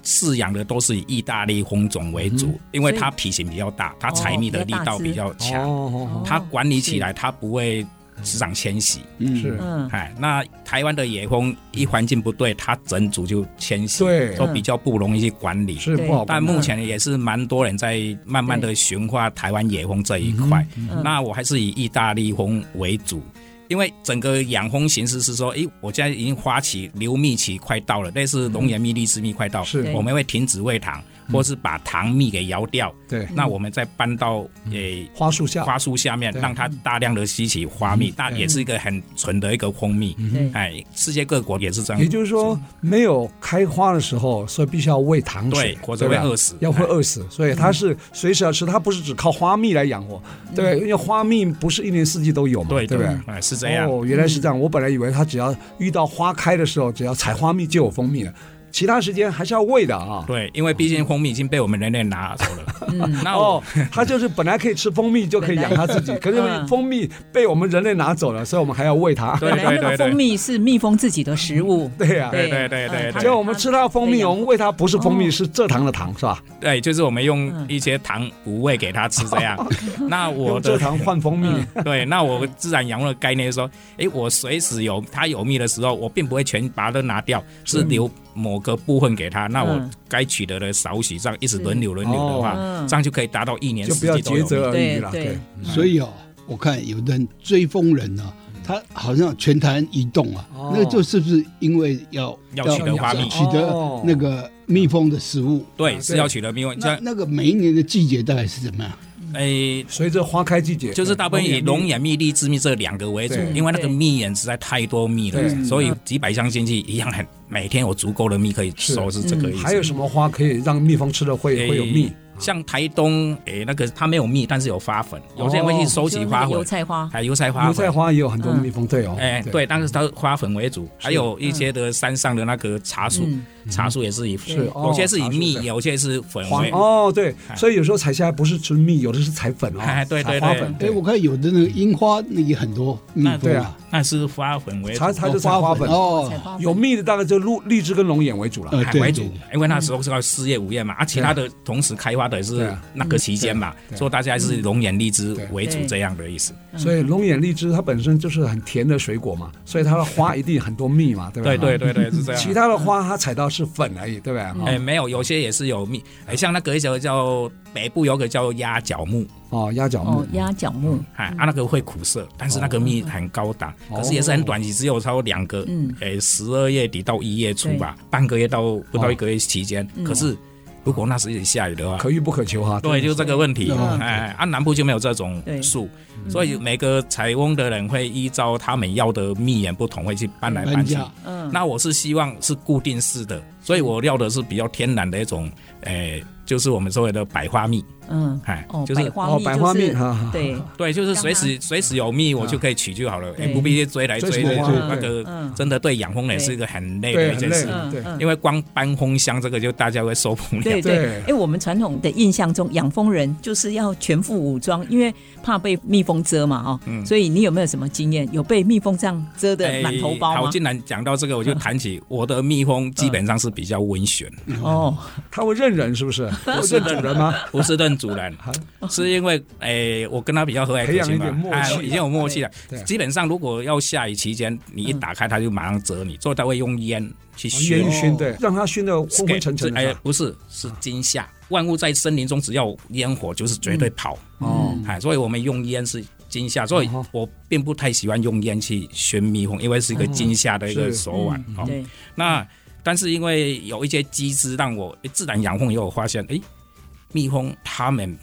D: 饲养的都是以意大利红种为
A: 嗯
D: 主，因为它体型比较大，它采蜜的力道比较强，
A: 哦，
D: 它管理起来它不会时常迁徙。
B: 嗯
A: 是
C: 嗯，
D: 哎，那台湾的野蜂一环境不对，它整组就迁徙，
A: 对
D: 都比较不容易去管理。
A: 是
C: 对
A: 不好办
D: 但目前也是蛮多人在慢慢的驯化台湾野蜂这一块。
C: 嗯
D: 那我还是以意大利蜂为主，因为整个养蜂形式是说，诶，我现在已经花期、流蜜期快到了，类似龙眼蜜、荔枝蜜快到，
A: 是嗯
C: 对
D: 我们会停止喂糖，或是把糖蜜给摇掉，
A: 对
D: 那我们再搬到诶。
A: 花树下
D: 花树下面
A: 嗯对嗯
D: 让它大量的吸取花蜜，那也是一个很纯的一个蜂蜜。
C: 对，
D: 哎，世界各国也是这样
A: 也，就是说，没有开花的时候，所以必须要喂糖水，
D: 对，或者会
A: 对吧
D: 饿死，
A: 要会
D: 哎
A: 饿死，所以它是随时要吃，它不是只靠花蜜来养活，对，因为花蜜不是一年四季都有嘛，
D: 对
A: 不
D: 对
A: 对？，哦
D: 哎，是这样。
A: 嗯哦，原来是这样，我本来以为它只要遇到花开的时候，只要采花蜜就有蜂蜜了，其他时间还是要喂的啊。
D: 对，因为毕竟蜂蜜已经被我们人类拿走了。
C: 嗯，
D: 那我
A: 哦，它就是本来可以吃蜂蜜就可 以养它自己，可是因为蜂蜜被我们人类拿走了，所以我们还要喂它。
D: 嗯对
C: 本来
D: 对
C: 那个
D: 对
C: 蜂
D: 对，
C: 蜜是蜜蜂自己的食物，
A: 对呀、
D: 对对对
C: 嗯
D: 对
C: 它
A: 结果我们吃它的蜂蜜，
C: 它
A: 我们喂它不是蜂蜜，
C: 哦
A: 是蔗糖的糖，是吧？
D: 对，就是我们用
C: 嗯
D: 一些糖补喂给它吃这样。 那我
A: 嗯用蔗
D: 的
A: 糖换蜂蜜，
D: 对，那我自然羊肉的概念是说，诶，我随时有它有蜜的时候，我并不会全把它都拿掉，是留某个部分给它。那我
C: 嗯
D: 该取得的少许，这样一直轮流轮流的话，
C: 嗯
D: 这样就可以达到一年
A: 就
D: 四
A: 不要
D: 季都有
A: 竭
D: 蜜
A: 泽而渔
C: 对
A: 了。
C: 对
A: 对，，
D: 嗯
B: 所以哦，我看有的人追风人呢、他好像全台移动啊，
A: 哦
B: 那就是不是因为要
D: 要取得花蜜
B: 取得那个蜜蜂的食物？
A: 啊
D: 对，是要取得蜜蜂。
B: 那
D: 像
B: 那个每一年的季节大概是怎么样？
D: 诶，
A: 随着花开季节，呃
D: 就是大部分以龙眼蜜、荔枝蜜这两个为主
A: 对，
D: 因为那个
C: 对嗯
D: 蜜眼实在太多蜜
A: 对
D: 了，所以几百箱进去一样很，每天有足够的蜜可以
A: 是
D: 收，是
C: 嗯
D: 这个意
A: 对
D: 思。
A: 还有什么花可以让蜜蜂吃了会
D: 诶
A: 会有蜜？
D: 像台东诶、那个它没有蜜，但是有花粉，有些人会去收集
C: 哦就
D: 花
C: 那个
D: 粉哎
C: 油，菜花，
D: 还有油菜花
A: 油菜
D: 粉。
A: 花也有很多蜜蜂，对哦。
D: 哎，对，但是它花粉为主，还有一些的山上的那个茶树，
C: 嗯
D: 茶树也是以
A: 是哦
D: 有些是以蜜
A: 茶树，对
D: 有些是粉
A: 黄
D: 为。
A: 哦，对，
D: 哎
A: 所以有时候采下来不是吃蜜，有的是采粉哦，
D: 哎对
A: 采
D: 对
A: 花
D: 对
A: 粉。
B: 哎，我看有的那个樱花那也很多蜜
D: 那
B: 蜂
A: 对
B: 啊
A: 啊，
D: 那是花粉为主
A: 采，采就采
B: 哦
A: 花粉，
C: 菜
B: 哦，
C: 花
A: 有蜜的大概就荔荔枝跟龙眼为主了。
B: 呃，
D: 海
B: 对
D: 为
B: 对
D: 主
B: 对，
D: 因为那时候是要四月五月嘛，啊，其他的同时开花的
A: 对
D: 也是
A: 啊
D: 那个期间嘛，
A: 对啊
D: 所以大家是龙眼、荔枝
A: 对
D: 为主
C: 对
D: 这样的意思。
C: 嗯
A: 所以龙眼、荔枝它本身就是很甜的水果嘛，所以它的花一定很多蜜嘛，对不
D: 对
A: 对？
D: 对对对，是这样。
A: 其他的花它采到是粉而已，对不
C: 嗯
A: 啊对？
D: 哎，没有，有些也是有蜜，哎，像那个一个叫北部有个叫鸭脚木，
A: 哦，鸭脚木
C: 哦，，鸭脚木，
D: 哎，
A: 嗯
D: 啊，那个会苦涩，但是那个蜜很高档，
A: 哦
D: 可是也是很短期，只有超过两个，
C: 嗯
D: 哎，十二月底到一月初吧，半个月到不
A: 哦
D: 到一个月期间。
A: 嗯
D: 可是如果那时一下雨的话，
A: 可遇不可求哈。
D: 对，就这个问题。
B: 嗯
D: 哎，啊，南部就没有这种
C: 对
D: 树，所以每个采翁的人会依照他们要的蜜源不同，会去搬来搬
B: 搬
D: 去。
B: 家
C: 嗯，
D: 那我是希望是固定式的，所以我要的是比较天然的一种，哎，就是我们所谓的百花蜜。
C: 嗯，
D: 哎
C: 哦，，
D: 就是
C: 百花
A: 哦
C: 蜜，
A: 百花蜜
C: 就是
A: 哈哈
C: 对，
D: 对，就是随时随时有蜜，我就可以取就好了，哎也不必追来追去。
A: 追什么花
D: 那
A: 对
D: 个真的对养蜂也是一个很累
A: 对，
D: 的一
A: 很
D: 件
A: 累
D: 事，
A: 的，对。
C: 嗯
D: 因为光搬蜂箱这个就大家会受不了
C: 对。对
A: 对，
C: 哎，我们传统的印象中，养蜂人就是要全副武装，因为怕被蜜蜂蛰嘛，哦，所以你有没有什么经验？有被蜜蜂这样蛰
D: 哎
C: 的满头包
D: 好，
C: 吗？嗯
D: 既然讲到这个，我就谈起我的蜜蜂基本上是比较温 驯，
C: 哦，
A: 它会认人是不 是？不
D: 是
A: 认主人吗？啊
D: 不是认主人，是因为诶，我跟他比较和蔼可亲
A: 培养一点默
D: 嘛，
A: 契
D: 哎，已经有默契了
A: 对对。
D: 基本上如果要下雨期间，你
C: 嗯
D: 一打开它就马上蛰你，所以它会用烟去熏
A: 烟
B: 哦
A: 熏对，让它熏得昏昏沉沉的
D: 哎
A: 是吧。
D: 不是，是惊吓。万物在森林中，只要有烟火，就是绝对跑。
C: 嗯
A: 哦，
D: 哎，所以我们用烟是惊吓，所以
A: 哦
D: 我并不太喜欢用烟去熏蜜蜂，因为是一个惊吓的一个
A: 是
D: 手腕。
C: 嗯
D: 哦，
C: 对，
D: 那但是因为有一些机制让我诶自然养蜂以后，我发现诶，蜜蜂它们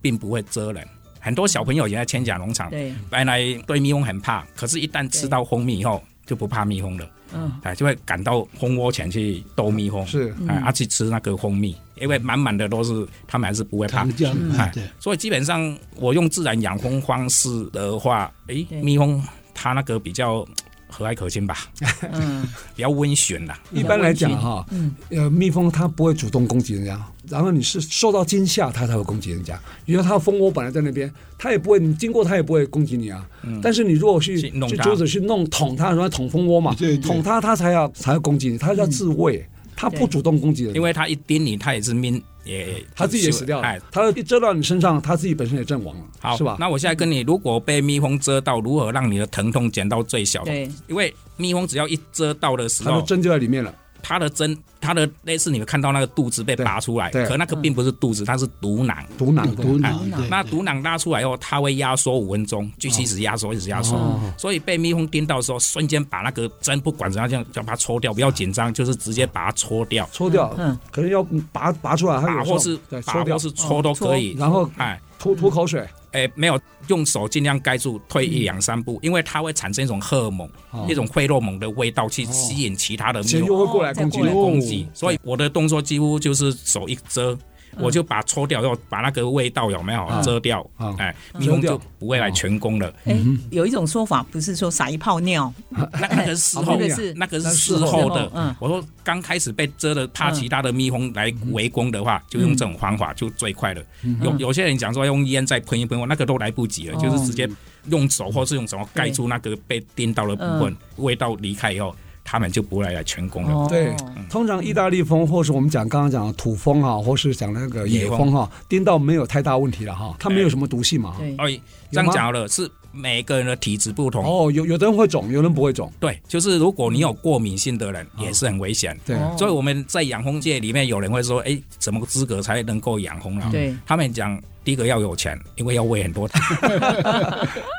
D: 并不会蛰人。很多小朋友也在千甲农场，
C: 对，
D: 本来对蜜蜂很怕，可是一旦吃
C: 对
D: 到蜂蜜以后，就不怕蜜蜂了。
C: 嗯，
D: 哎，就会赶到蜂窝前去逗蜜蜂，
A: 是
D: 哎，啊去吃那个蜂蜜，因为满满的都是，他们还是不会怕
B: 糖。浆啊
D: 哎，
B: 对，
D: 所以基本上我用自然养蜂方式的话，诶，
C: 对
D: 蜜蜂它那个比较和蔼可亲吧，
C: 嗯，
D: 比较温驯啦。
A: 一般来
D: 啊
A: 讲哈，
D: 嗯
A: 呃，蜜蜂它不会主动攻击人家，然后你是受到惊吓，它才会攻击人家。因为它的蜂窝本来在那边，它也不会，你经过它也不会攻击你啊。但是你如果去
D: 嗯去弄
A: 去
D: 它
A: 桌子去弄捅它，然后捅蜂窝嘛
B: 对，对
A: 捅它它才要才要攻击你，它要自卫，它不
C: 对
A: 主动攻击人，
D: 嗯因为它一叮你，它也是命，也
A: 它啊自己也死掉
D: 哎
A: 了，，它一蛰到你身上，它自己本身也阵亡了，
D: 好，
A: 是吧？
D: 那我现在跟你，如果被蜜蜂蛰到，如何让你的疼痛减到最小？
C: 对，
D: 因为蜜蜂只要一蛰到的时
A: 它的
D: 候，
A: 针就在里面了，
D: 它的针，它的类似你们看到那个肚子被
A: 对
D: 拔出来，
A: 对
D: 可那个并不是肚子，它是毒囊。
A: 毒囊
B: 有毒
A: 哎
B: 囊，对
D: 那
B: 对
D: 毒囊拉出来以后，它会压缩五分钟，继续一直压缩，一直压缩。
A: 哦
D: 所以被蜜蜂叮到的时候，瞬间把那个针不管怎样，这样就把它抽掉，不要紧张，就是直接把它戳掉，
A: 抽掉
C: 嗯，
A: 可能要拔拔出来，还有
D: 把或
A: 时
D: 是
A: 候对
D: 把
A: 抽
D: 或
A: 掉，哦
D: 是戳都可以。
A: 然后
D: 哎
A: 吐吐口水，
D: 哎，没有用手尽量盖住，退一两三
A: 嗯
D: 步，因为它会产生一种荷尔蒙，
A: 哦
D: 一种费洛蒙的味道去吸引其他的蜜
A: 其实
D: 蜂
A: 又会过来
C: 再
A: 攻击
C: 过来
A: 你，哦
D: 攻击。所以我的动作几乎就是手一遮，
A: 嗯
D: 我就把抽掉，然后把那个味道有没有
A: 啊
D: 遮掉
A: 啊？
D: 哎，
A: 嗯
D: 蜜蜂
A: 遮
D: 就
A: 掉
D: 不会来全攻了。
C: 哎，有一种说法不是说撒一泡尿，
D: 那那个是事
A: 好
D: 后
C: 哦那
A: 不一
C: 个
A: 样
C: 是
D: 那个
A: 那
D: 是
A: 是
D: 事
A: 事
D: 后
C: 后
D: 的。
C: 嗯
D: 我说刚开始被蛰的，怕其他的蜜蜂来围攻的话，就用这种方法就最快了。有有些人讲说用烟再喷一喷，我那个都来不及了，
C: 嗯哦
D: 就是直接用手或是用什么盖住那个被叮到的部
C: 嗯
D: 分，味道离开以后，他们就不会来全攻
C: 哦
D: 了。
A: 对通常意大利风，或是我们讲刚刚讲的土风啊，或是讲那个野风哈，叮到没有太大问题了哈，它没有什么毒性嘛。
C: 对，
D: 哎，这样讲好了，是每个人的体质不同。
A: 哦，有有的人会肿，有人不会肿。
D: 对，就是如果你有过敏性的人，也是很危险。
A: 对，
C: 哦
D: 所以我们在养蜂界里面，有人会说：“哎，什么资格才能够养蜂啊？”
C: 对
D: 他们讲，第一个要有钱，因为要喂很多糖；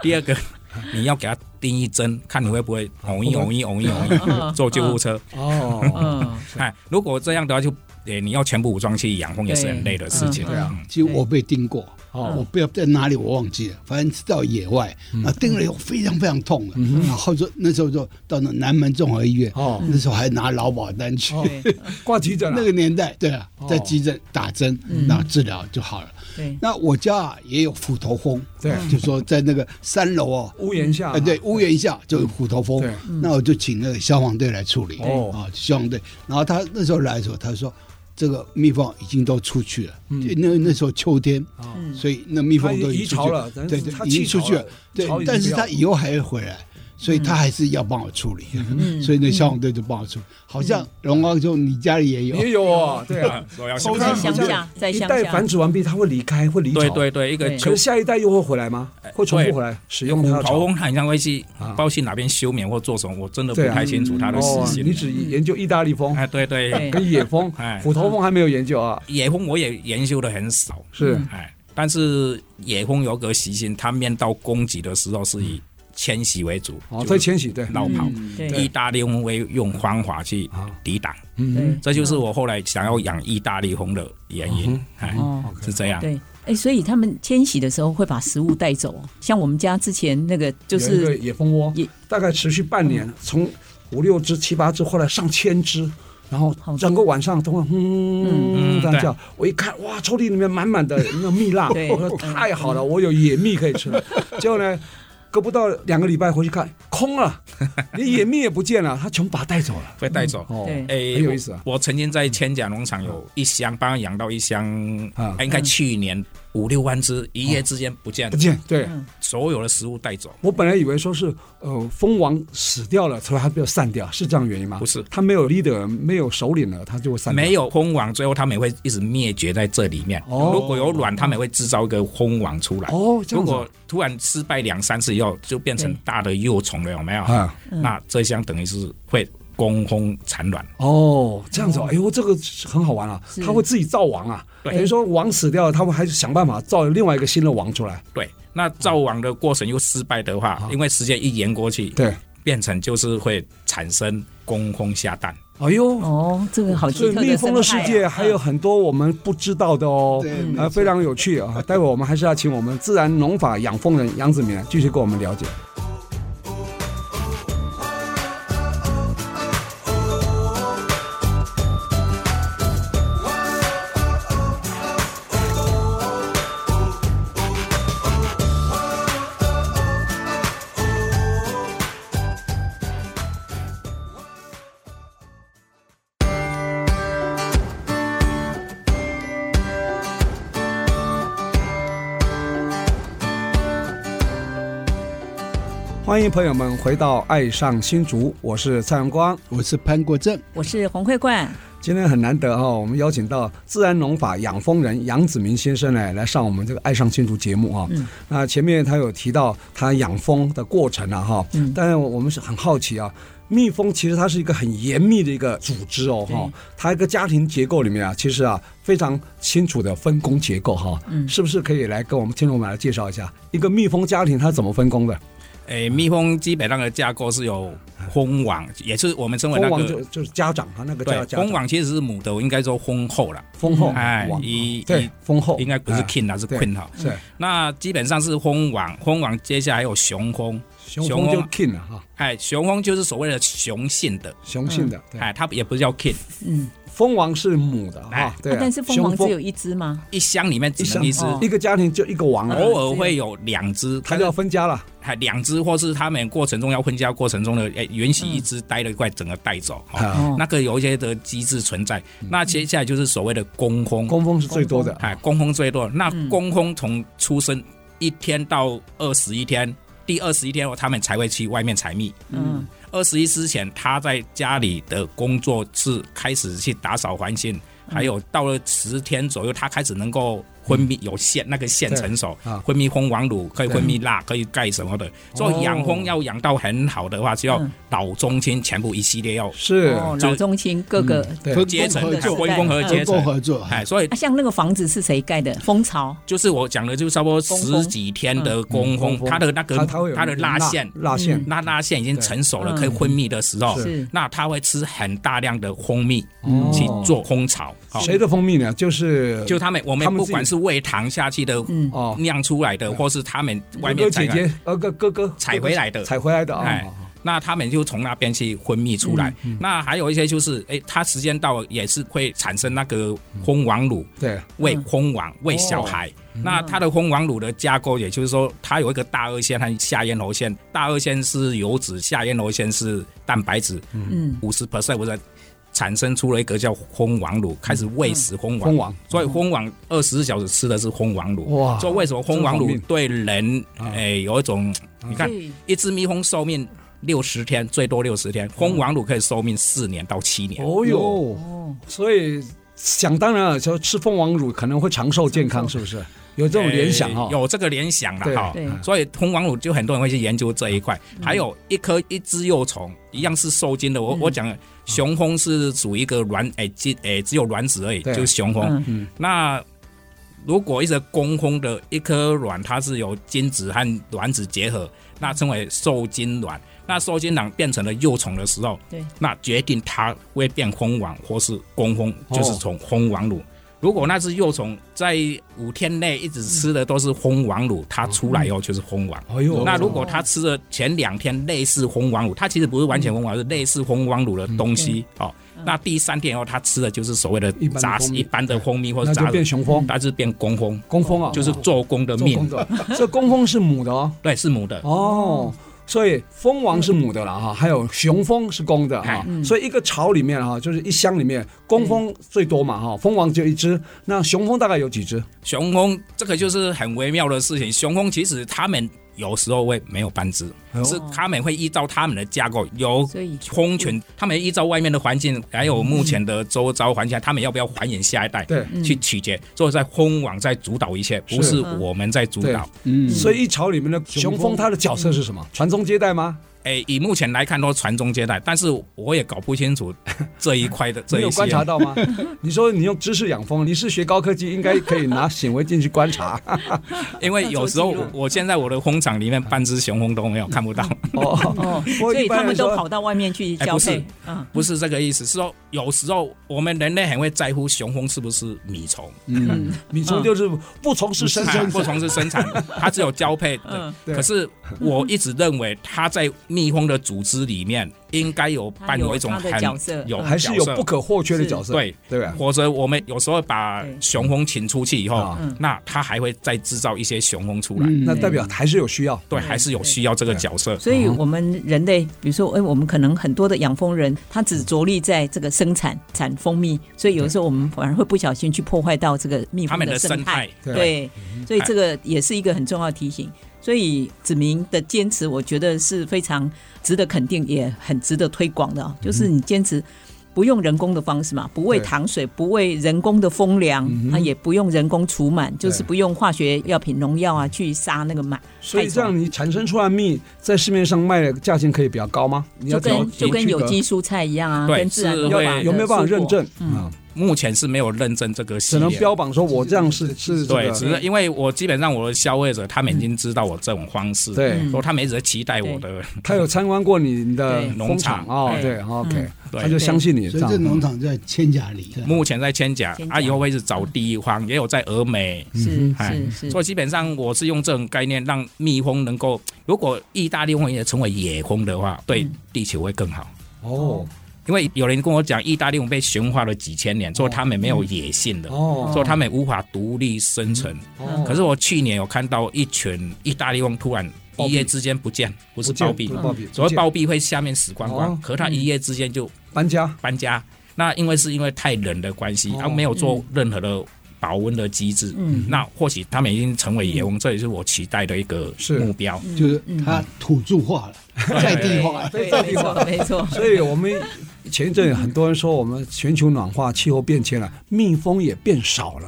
D: 第二个，你要给他钉一针，看你会不会偶一偶一偶一偶一坐救护车。
A: 哦，
C: 嗯，
D: 哎，如果这样的话，就诶你要全部武装去养蜂也是很累的事情。嗯
C: 对
A: 啊
B: 其实我被叮过，
A: 哦嗯
B: 我不知道在哪里，我忘记了，反正是到野外，啊，叮了以后非常非常痛的，然后就那时候就到那南门综合医院，
A: 哦
C: 嗯
B: 那时候还拿劳保单去，
A: 哦
C: 对
A: 挂急诊了
B: 那个年代，对啊
A: 哦，嗯
B: 在急诊打针，然后治疗就好了。
C: 对，
B: 那我家啊也有虎头蜂，
A: 对
B: 就说在那个三楼哦，
A: 屋檐下
B: 呃，对，屋檐下就有虎头蜂
A: 对，
B: 那我就请那个消防队来处理，
A: 哦
B: 啊，消防队。然后他那时候来的时候，他说这个蜜蜂已经都出去了，
A: 嗯
B: 就那那时候秋天，
A: 啊
C: 嗯
B: 所以那蜜
A: 它
B: 蜂
A: 已
B: 都
A: 移
B: 已经出
A: 巢
B: 去
A: 了，等于
B: 对
A: 是它
B: 对，已经
A: 弃
B: 出
A: 巢
B: 去
A: 了
B: 了，对
A: 巢已，经
B: 但是
A: 不要嗯
B: 他以后还会回来，所以他还是要帮我处理，所以那消防队就帮我处理。好像荣光兄，你家里也有，
A: 也有哦，对啊
D: 啊，，我要
A: 偷
D: 想
C: 在
A: 看
C: 乡
A: 好
C: 下
A: 像，
C: 在
A: 一
C: 乡
A: 代
C: 下
A: 繁，殖完毕，它会离开，会离巢。
D: 对对对，一呃个
C: 对
A: 可
D: 球
A: 是下一代又会回来吗？会重复回来使用它
D: 虎
A: 的
D: 头
A: 巢？
D: 蜂，很像会去不
A: 啊
D: 知道去哪边休眠或做什么，我真的不
A: 对啊
D: 太清楚它的
A: 哦
D: 事，情。
A: 你只研究意大利风
D: 哎，对对
C: 对，
A: 跟野风
D: 哎、
A: 虎头风还没有研究啊，
D: 野蜂我也研究的很少，
A: 是
D: 哎，但是野蜂有个习性，它面到攻击的时候是以迁徙为主，
A: 哦，嗯
D: 就
A: 在
D: 是
A: 迁徙对，
D: 绕跑。
C: 对
D: 意大利蜂会用方法去
A: 啊
D: 抵挡，
C: 对
A: 嗯，，
D: 这就是我后来想要养意大利蜂的原因。哎，
C: 哦。
D: 是这样。
C: 对，哎，所以他们迁徙的时候会把食物带走哦，像我们家之前那个就
A: 有一个
C: 是
A: 野蜂窝
C: 野，嗯
A: 大概持续半年，从五六只、七八只，后来上千只。然后
C: 好多
A: 整个晚上都会嗯
D: 嗯
A: 这样叫，我一看哇，抽屉里面满满的那个蜜蜡，
C: 对嗯
A: 我说太好了，我有野蜜可以吃 了。结果呢，隔不到两个礼拜回去看，空 了，连野蜜也不见了，它全部把它带走了。
D: 会带走。
A: 哦，
C: 对哎
D: 诶
A: 很有意思啊
D: 哎我！我曾经在千甲农场有一箱，帮他养到一箱，
A: 啊
D: 应该去年五六万只，一夜之间不见
A: 不，见。对
C: 嗯
D: 所有的食物带走。
A: 我本来以为说是呃蜂王死掉了，所以它就散掉，是这样原因吗？
D: 不是
A: 它没有 leader，没有首领了，它就会散掉。
D: 没有蜂王，最后它们也会一直灭绝在这里面。
A: 哦
D: 如果有卵，它们也会制造一个蜂王出来。
A: 哦，这
D: 如
A: 样子
D: 果突然失败两三次以后，就变成
C: 对
D: 大的幼虫了，有没有？
A: 啊，
D: 那这箱等于是会供蜂产卵。
A: 哦，这样子哦，哎呦，这个很好玩啊
C: 嗯是，
A: 它会自己造王啊，
D: 对
A: 等于说王死掉了，它会还想办法造另外一个新的王出来。
D: 对，那造网的过程又失败的话，因为时间一延过去，
A: 嗯对，
D: 变成就是会产生供蜂下蛋。
A: 哎呦，
C: 哦，这个好奇
A: 所以
C: 特
A: 蜜蜂
C: 的
A: 的
C: 生
A: 世
C: 态啊
A: 界还有很多我们不知道的哦。
B: 对，没
A: 啊，
B: 错
A: 非常有趣啊！待会我们还是要请我们自然农法养蜂人杨子明继续跟我们了解。欢迎朋友们回到《爱上新竹》，我是蔡阳光。
B: 我是潘国正，
C: 我是黄慧冠，
A: 今天很难得哈、我们邀请到自然农法养蜂人杨子明先生呢，来上我们这个《爱上新竹》节目啊、
C: 嗯
A: 那前面他有提到他养蜂的过程啊哈、
C: 嗯
A: 但是我们是很好奇啊，蜜蜂其实它是一个很严密的一个组织哦哈、
C: 对
A: 它一个家庭结构里面啊，其实啊非常清楚的分工结构哈、
C: 嗯
A: 是不是可以来跟我们听众们来介绍一下一个蜜蜂家庭它怎么分工的？
D: 诶，蜜蜂基本上的架构是有蜂网，也是我们称为那
A: 蜂王
D: 个
A: 就就是家长啊，那个叫
D: 对，
A: 家长
D: 蜂王其实是母的，我应该说蜂后了。
A: 蜂后
D: 哎
A: 王，
D: 一
A: 对
D: 一
A: 蜂后
D: 应该不是
A: 哎
D: king 啊啦，是
A: 对
D: queen 哈。
A: 是
D: 那基本上是蜂王，蜂王接下来还有雄蜂，
A: 雄
D: 雄
A: 蜂就嗯
D: 蜂
A: king 了哈。
D: 哎，雄蜂就是所谓的雄性的，
A: 雄性的，对
D: 哎，它也不叫 king，
C: 嗯，
A: 嗯哎蜂王是母的
D: 哎
A: 啊，对啊
C: 啊但是蜂
A: 雄
C: 王只有一只吗？
D: 一箱里面只能一只，
C: 哦
A: 一个家庭就一个王啊，
D: 偶尔会有两只，
A: 它
D: 它
A: 就
D: 就
A: 要分家了。
D: 还两只，或是他们过程中要分家过程中的，哎，允许一只带了一块整个带走。哦
A: 啊，
D: 那个有一些的机制存在，那接下来就是所谓的工蜂，
A: 工蜂是最多嗯的，
D: 哎，工蜂最多。那工蜂从出生一天到二十一天，第二十一天哦他们才会去外面采蜜。
C: 嗯，
D: 二十一之前，他在家里的工作是开始去打扫环境，还有到了十天左右，他开始能够分泌有腺，那个腺成熟
A: 对啊，
D: 分泌蜂王乳，可以分泌蜡，可以钙什么的。所以养蜂要养到很好的话，就要
C: 嗯
D: 老中青全部一系列要
A: 是
C: 哦，
D: 就
C: 老中青各个
A: 对
B: 分
D: 阶层
B: 工合，
D: 还
C: 就
B: 作，
D: 分工
A: 嗯
D: 合阶
B: 分工
D: 层。
B: 合作，
D: 哎，所以
C: 啊，像那个房子是谁盖的？蜂巢
D: 就是我讲的，就差不多十几天的工
A: 嗯工
D: 蜂，
A: 蜂
D: 它的那个
A: 它它会有
D: 它的蜡腺，
A: 蜡腺
D: 那蜡腺已经成熟了，
C: 嗯
D: 可以分泌的时候
C: 是，
D: 那它会吃很大量的蜂蜜
A: 哦
D: 去做蜂巢。好
A: 谁的蜂蜜呢？就是
D: 就他们，我
A: 他
D: 们
A: 们
D: 不
A: 自己
D: 管是喂糖下去的
C: 嗯
A: 哦，
D: 酿出来的，或是他们外
A: 哥
D: 面
A: 哥
D: 采
A: 姐
D: 来的，
A: 姐呃哥哥哥
D: 采回来的
A: 采回来的啊
D: 哎，那他们就从那边去分泌出来。
A: 嗯
D: 那还有一些就是，哎，它时间到了也是会产生那个蜂王乳，
A: 对，
D: 喂蜂
A: 嗯
D: 王，喂小孩。
A: 哦
D: 那它的蜂王乳的架构，也就是说，它有一个大二腺和下咽喉腺。大二腺是油脂，下咽喉腺是蛋白质。
C: 嗯，
D: 五十 percent 或者产生出了一个叫蜂王乳，开始喂食蜂王。
A: 蜂王
D: 所以蜂王二十四小时吃的是蜂王乳。
A: 哇
D: 所以为什么蜂王
A: 这
D: 乳
A: 方面
D: 对人
A: 啊
D: 诶有一种，你看
C: 对
D: 一只蜜蜂寿命六十天，最多六十天，蜂王乳可以寿命四年到七年。
A: 哦哟，
C: 哦，
A: 所以想当然了，说吃蜂王乳可能会长寿健康，是不是？哎有这种联想哦哈，
D: 诶有这个联想
A: 对
D: 了哈。
C: 对，嗯
D: 所以蜂王乳就很多人会去研究这一块。还有一颗一只幼虫，一样是受精的。我、
C: 嗯
D: 我讲雄蜂是属于一个卵，哎、鸡，哎、只有卵子而已，
A: 对
D: 就是雄蜂。
C: 嗯
D: 那如果一只公蜂的一颗卵，它是由精子和卵子结合，那称为受精卵。那受精卵变成了幼虫的时候，
C: 对，
D: 那决定它会变蜂王或是公蜂，
A: 哦
D: 就是从蜂王乳。如果那只幼虫在五天内一直吃的都是蜂王乳，它出来以后就是蜂王。
A: 哎呦，
D: 那如果它吃了前两天类似蜂王乳，它其实不是完全蜂王，是类似蜂王乳的东西哦。那第三天以后，哦它吃的就是所谓的
A: 嗯一般的
D: 杂
A: 蜂蜜
D: 一般的蜂蜜或者
A: 那就
D: 杂
A: 变
D: 的，
A: 雄蜂，
D: 它是变工蜂，
A: 工蜂啊，
D: 就是做工的
A: 做
D: 呃
A: 工，
D: 命
A: 的， 这工蜂是母的哦，
D: 对，是母的。
A: 哦。所以蜂王是母的了哈，还有雄蜂是公的哈
D: 哎，
A: 所以一个巢里面哈，就是一箱里面，工蜂最多嘛哈，蜂王只有一只，那雄蜂大概有几只？
D: 雄蜂这个就是很微妙的事情，雄蜂其实它们有时候会没有繁殖，
A: 哎呦
D: 是它们会依照它们的架构由
C: 所以嗯
D: 蜂群，它们依照外面的环境，还有目前的周遭环境，它们要不要繁衍下一代？
A: 对，
C: 嗯
D: 去取决，所以在蜂王在主导一切，
A: 是
D: 不是我们在主导。
B: 嗯，
A: 所以一巢里面的雄蜂，它的角色是什么？传宗接代吗？
D: 哎，以目前来看都传宗接代，但是我也搞不清楚这一块 的
A: 你
D: 这
A: 有
D: 一
A: 观察
D: 些。
A: 到吗？你说你用知识养蜂，你是学高科技，应该可以拿显微镜去观察。
D: 因为有时候我现在我的蜂场里面半只雄蜂都没有看不到，
A: 哦，
C: 哦，
A: 我
C: 所
A: 一
C: 以他
A: 般来
C: 们都
A: 说
C: 跑到外面去
D: 哎
C: 交
D: 不是
C: 配，嗯，
D: 不是这个意思，是说有时候我们人类很会在乎雄蜂是不是米虫，
B: 嗯，
A: 米虫就是不从事生
D: 哎
A: 产，
D: 不从事生 产，它只有交配的。
C: 嗯
A: 对
D: 可是我一直认为它在蜜蜂的组织里面应该有
C: 它
D: 扮
C: 有
D: 一种
C: 它的
D: 很
C: 角色嗯
D: 有
A: 还是有
D: 角色
A: 不可或缺的角色，
D: 对
A: 对吧？
D: 或者我们有时候把
C: 对
D: 雄蜂请出去以后
A: 啊
C: 嗯，
D: 那它还会再制造一些雄蜂出来，
B: 嗯
A: 那代表还是有需要。
D: 对，还是有需要这个角色。
C: 所以我们人类，比如说，哎，我们可能很多的养蜂人，他只着力在这个生产产蜂蜜，所以有的时候我们反而会不小心去破坏到这个蜜
D: 他
C: 蜂
D: 们的
C: 生
D: 生态，
C: 对，所以这个也是一个很重要的提醒。所以子明的坚持，我觉得是非常值得肯定，也很值得推广的啊。就是你坚持不用人工的方式嘛，不喂
A: 对
C: 糖水，不喂人工的风粮，啊，也不用人工除螨，就是
A: 对
C: 不用化学药品、农药啊去杀那个螨。
A: 所以这样你产生出来蜜，在市面上卖的价钱可以比较高吗？你要
C: 就
A: 找
C: 跟就跟
A: 区隔
C: 有机蔬菜一样啊，
D: 对
C: 跟自然
D: 是
C: 农
D: 会
C: 法
D: 的嗯
C: 的
A: 有没有办法
C: 蔬果
A: 认证？啊？
D: 目前是没有认证这个系
A: 只能
D: 列。
A: 标榜说我这样是是这
D: 对，
A: 个嗯
D: 只是因为我基本上我的消费者他们已经知道我这种方式，
A: 对，
D: 所以他们一直在期待我的。
A: 他有参观过你的
C: 对
A: 农场
D: 农场
A: 啊，
C: 对
A: 对，OK，
D: 对
A: 他就相信你这
B: 所以这
A: 样。
B: 农场在千甲里，
A: 嗯
D: 目前在千甲
C: 千，甲
D: 啊，以后会是找地方，也有在峨眉。
A: 嗯
C: 是
D: 哎
C: 是是
D: 所以基本上我是用这种概念，让蜜蜂能够，如果意大利蜂也成为野蜂的话，对地球会更好。
A: 哦，
D: 因为有人跟我讲，意大利我们被驯化了几千年，所以他们没有野性的，
A: 哦
D: 所以他们无法独立生存。
A: 哦
D: 嗯可是我去年有看到一群意大利翁突然
A: 暴
D: 一
A: 毙
D: 夜之间不见，不是
A: 不见
D: 暴毙
A: 不，是暴毙，
D: 所
A: 不
D: 谓
A: 见
D: 暴毙会下面死光光
A: 哦，
D: 可他一夜之间就
A: 搬家，
D: 搬家。那因为是因为太冷的关系，
A: 哦
D: 他没有做任何的保温的机制。
C: 嗯
D: 那或许他们已经成为野翁，这也是我期待的一个
A: 是
D: 目标。
B: 就是它土著化了，
A: 嗯
B: 在地化了。
C: 对，
A: 在
C: 没
A: 地化
C: 错，没错，
A: 所以我们前一阵很多人说我们全球暖化、气候变迁了，蜜蜂也变少了。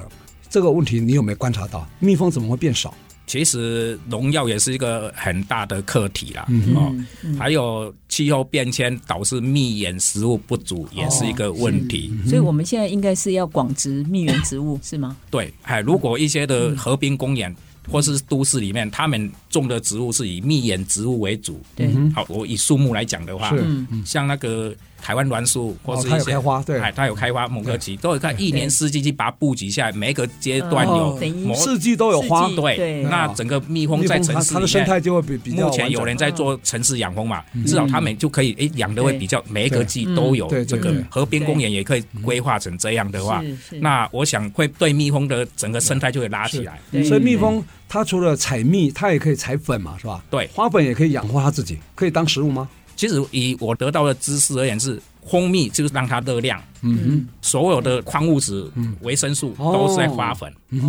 A: 这个问题你有没有观察到？蜜蜂怎么会变少？
D: 其实农药也是一个很大的课题啦。
A: 嗯
D: 哦，还有气候变迁导致蜜源食物不
A: 哦
D: 足，也是一个问题。
A: 嗯
C: 所以我们现在应该是要广植蜜源植物，是吗？
D: 对，哎，如果一些的河滨公园或是都市里面，他们种的植物是以蜜源植物为主。
A: 嗯
C: 对，
D: 好，我以树木来讲的话
A: 是，
C: 嗯
D: 像那个台湾栾树或
A: 哦
D: 是，一
A: 它有
D: 些
A: 开花，对，
D: 哎，它有开花，某个期都有看一年四季去把它布局下来，每一个阶段
C: 哦
D: 有
C: 等于
D: 某
A: 四季都有花
C: 四季。
D: 对
C: 对，
D: 那整个蜜蜂
A: 蜜
D: 在
A: 蜂
D: 城
A: 它
D: 市
A: 它的
D: 里
A: 生
D: 面，
A: 态就会比比较
D: 目前
A: 完整嗯
D: 有人在
C: 哦
D: 做城市养蜂嘛，至少他们就可以诶养的会比较每一个季都有
A: 对对
D: 这
A: 对
D: 个
A: 对
D: 河边公园也可以规划成这样的话
C: 嗯是，是
D: 那我想会对蜜蜂的整个生态就会拉起来。
C: 对
A: 所以蜜蜂它除了采蜜，它也可以采粉嘛，是吧？
D: 对
A: 花粉也可以养活它自己，可以当食物吗？
D: 其实以我得到的知识而言是。蜂蜜就是让它热量，
A: 嗯
D: 所有的矿物质、维生素都是在花粉。
C: 哦，是
A: 嗯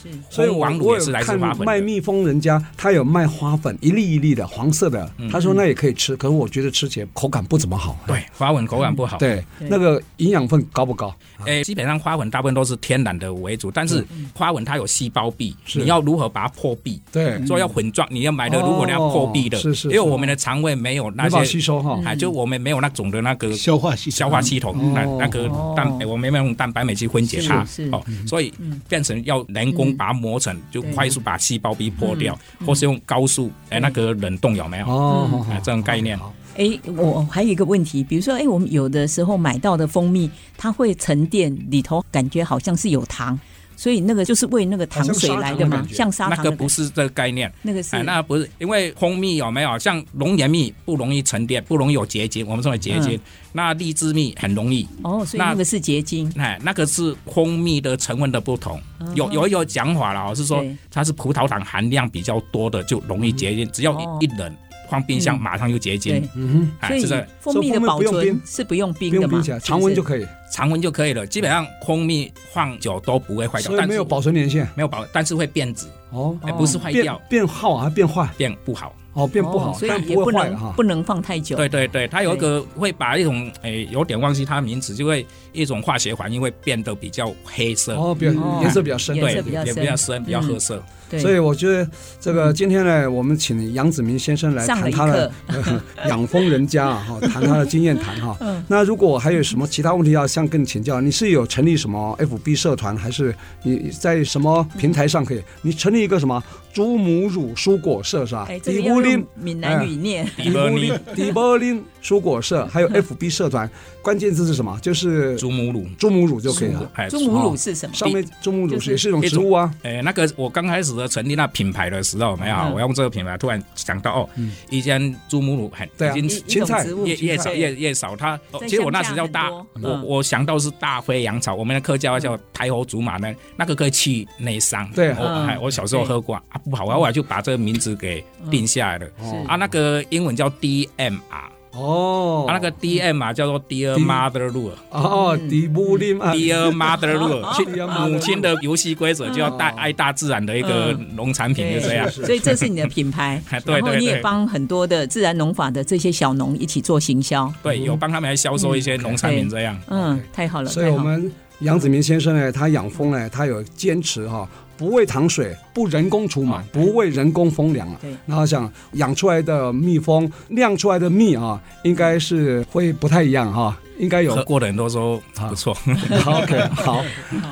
A: 哼，所以我
D: 蜂王乳
A: 我
D: 也
A: 有
D: 是来自
A: 看
D: 花粉的
A: 卖蜜蜂人家，他有卖花粉，一粒一粒的黄色的，他说那也可以吃，可是我觉得吃起来口感不怎么好。
D: 对，花粉口感不好。
A: 对，
C: 对
A: 那个营养分高不高？
D: 诶，基本上花粉大部分都是天然的为主，但是花粉它有细胞壁，
A: 嗯是
D: 你要如何把它破壁？
A: 对，
D: 所以要混装，你要买的，
A: 哦
D: 如果你要破壁的，
A: 是是
D: 因
A: 是
D: 为我们的肠胃没有那
A: 没法吸
D: 些，
A: 收哈。
D: 哎，就我们没有那种的那
A: 嗯
D: 个
B: 消化系统
D: 消化系统，那
A: 哦嗯
D: 那个蛋哎白，我们没有用蛋白酶去分解它
C: 是是，
D: 哦，所以变成要人工把它磨成，就快速把细胞壁破掉，或是用高速哎那个冷冻有没有？
A: 哦，好好
D: 哎，这种概念
A: 好
C: 哎，我还有一个问题，比如说，哎，我们有的时候买到的蜂蜜，它会沉淀里头，感觉好像是有糖，所以那个就是为那个糖水来的
A: 好
C: 嘛，像
A: 像
C: 砂
D: 那
C: 糖
D: 个
C: 的感觉
D: 不是这个概念。
C: 那个是
D: 哎，那不是因为蜂蜜有没有像龙眼蜜不容易沉淀，不容易有结晶，我们称为结
A: 嗯
D: 晶。那荔枝蜜很容易，
C: 哦，所以那个是结晶，
D: 哎，那个是蜂蜜的成分的不同。有有一个讲法啦，哦是说
C: 嗯对
D: 它是葡萄糖含量比较多的，就容易结晶，只要
C: 哦
D: 一一冷放冰箱，
C: 嗯
D: 马上就结晶
C: 对。，
A: 嗯
D: 哎
C: 所以
D: 这个
C: 蜂蜜的保
A: 所以蜂蜜不用
C: 存
A: 冰
C: 是不用
A: 哼，
C: 冰
A: 不
C: 的
A: 用
C: 嘛
A: 冰起来，，
C: 是不是
A: 常温就可以，
D: 常温就可以了。基本上蜂蜜放久都不会坏掉，
A: 所以
D: 但
A: 没
D: 是
A: 有保存年限。
D: 没有保，但是会变质，
A: 哦，
D: 哎，不是坏
A: 变
D: 掉，
A: 变好还变坏，
D: 变不好。
A: 哦，变不好
C: 哦，所
A: 但
C: 以也
A: 不会坏了
C: 能
A: 哈
C: 不。能放太久，
D: 对对对，它有一个会把一种诶、有点忘记它的名词，就会一种化学反应会变得比较黑色，
A: 哦，比较
C: 哦
A: 颜色比较深，
C: 颜
D: 对，
C: 色比较
D: 也
C: 深
D: 比
C: 嗯
D: 较深，比较褐色。
C: 对，嗯
A: 所以我觉得这个今天呢，我们请杨子明先生来
C: 上了
A: 谈
C: 一
A: 他的
C: 课 嗯
A: 养蜂人家啊， 哈，谈他的经验谈哈。那如果还有什么其他问题要向更请教，你是有成立什么 FB 社团，还是你在什么平台上可以？你成立一个什么猪母乳蔬果社是吧？
C: 哎，这个
A: 李
C: 要
A: 乌林
C: 用闽南语念，
D: 迪波尼
A: 迪波林蔬果社， 还有 FB 社团，关键字是什么？就是
D: 祖母乳，
A: 猪母乳就可以了。
D: 哎，
C: 中母乳是什么？
A: 上面猪母乳
C: 就是
A: 也是一种植物啊，
D: 诶，那个我刚开始的成立那品牌的时候，没有，
C: 嗯
D: 我用这个品牌突然想到哦，以前祖母乳很
A: 对
D: 已
A: 啊
D: 经
C: 一
A: 青青菜
C: 一种植物
D: 越越少
C: 对
D: 越越少，它
C: 在
D: 其实我
C: 乡
D: 那时
C: 下
D: 叫
C: 很
D: 大
C: 多，
D: 我
C: 嗯
D: 我想到是大灰羊草，我们的客家话叫台猴竹马呢，那个可以去内伤。
A: 对
D: 我
C: 嗯
D: 哎我小时候
C: 对嗯
D: 喝过啊，不好，后来就把这个名字给定下来了。
C: 是
D: 啊，那个英文叫 DMR，啊，
A: 哦，
D: 那个嗯 DMR 叫做 Dear
A: D-
D: Mother Rule，Dear
A: 哦，迪布林 啊，
D: Mother Rule，去
A: Dear Mother
D: 母亲的游戏规则就要大爱大自然的一个农产品就这样
C: 哦嗯对，。所以这哎是 你的品牌
D: 哎，对
C: 然后
D: 对
C: 你也
D: 对
C: 帮很多的自然农法的这些小农一起做行销，
D: 对，有帮他们来销售一些农产品这样。
C: 嗯，太好了，
A: 所以我
C: 太好了
A: 们杨子明先生呢，他养蜂呢，他有坚持哈、不喂糖水，不人工除
D: 哦
A: 螨，不喂人工风粮啊
C: 对。
A: 然后想养出来的蜜蜂酿出来的蜜啊，应该是会不太一样哈、应该有
D: 喝过的人都说
C: 啊
D: 不错，
A: OK，好，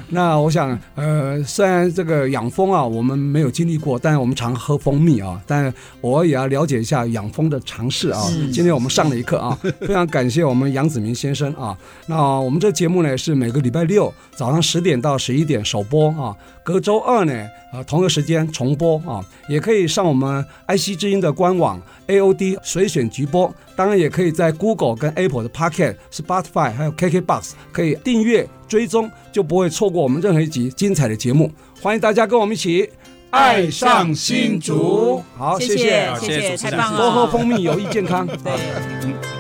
A: 那我想，呃，虽然这个养蜂啊，我们没有经历过，但是我们常喝蜂蜜啊，但我也要了解一下养蜂的常识啊
C: 是。
A: 今天我们上了一课啊，非常感谢我们杨子明先生啊。那我们这节目呢是每个礼拜六早上十点到十一点首播啊，隔周二呢，呃，同个时间啊重播啊，也可以上我们爱惜之音的官网 AOD 随选直播当然也可以在 Google 跟 Apple 的 Pocket、Spotify 还有 KKBox 可以订阅追踪，就不会错过我们任何一集精彩的节目。欢迎大家跟我们一起
B: 爱上新竹，
A: 好，
C: 谢
A: 谢，
C: 谢谢，
D: 谢谢主持
C: 太
D: 人
C: 棒了，
A: 多喝蜂蜜有益健康。
C: 对。
D: 嗯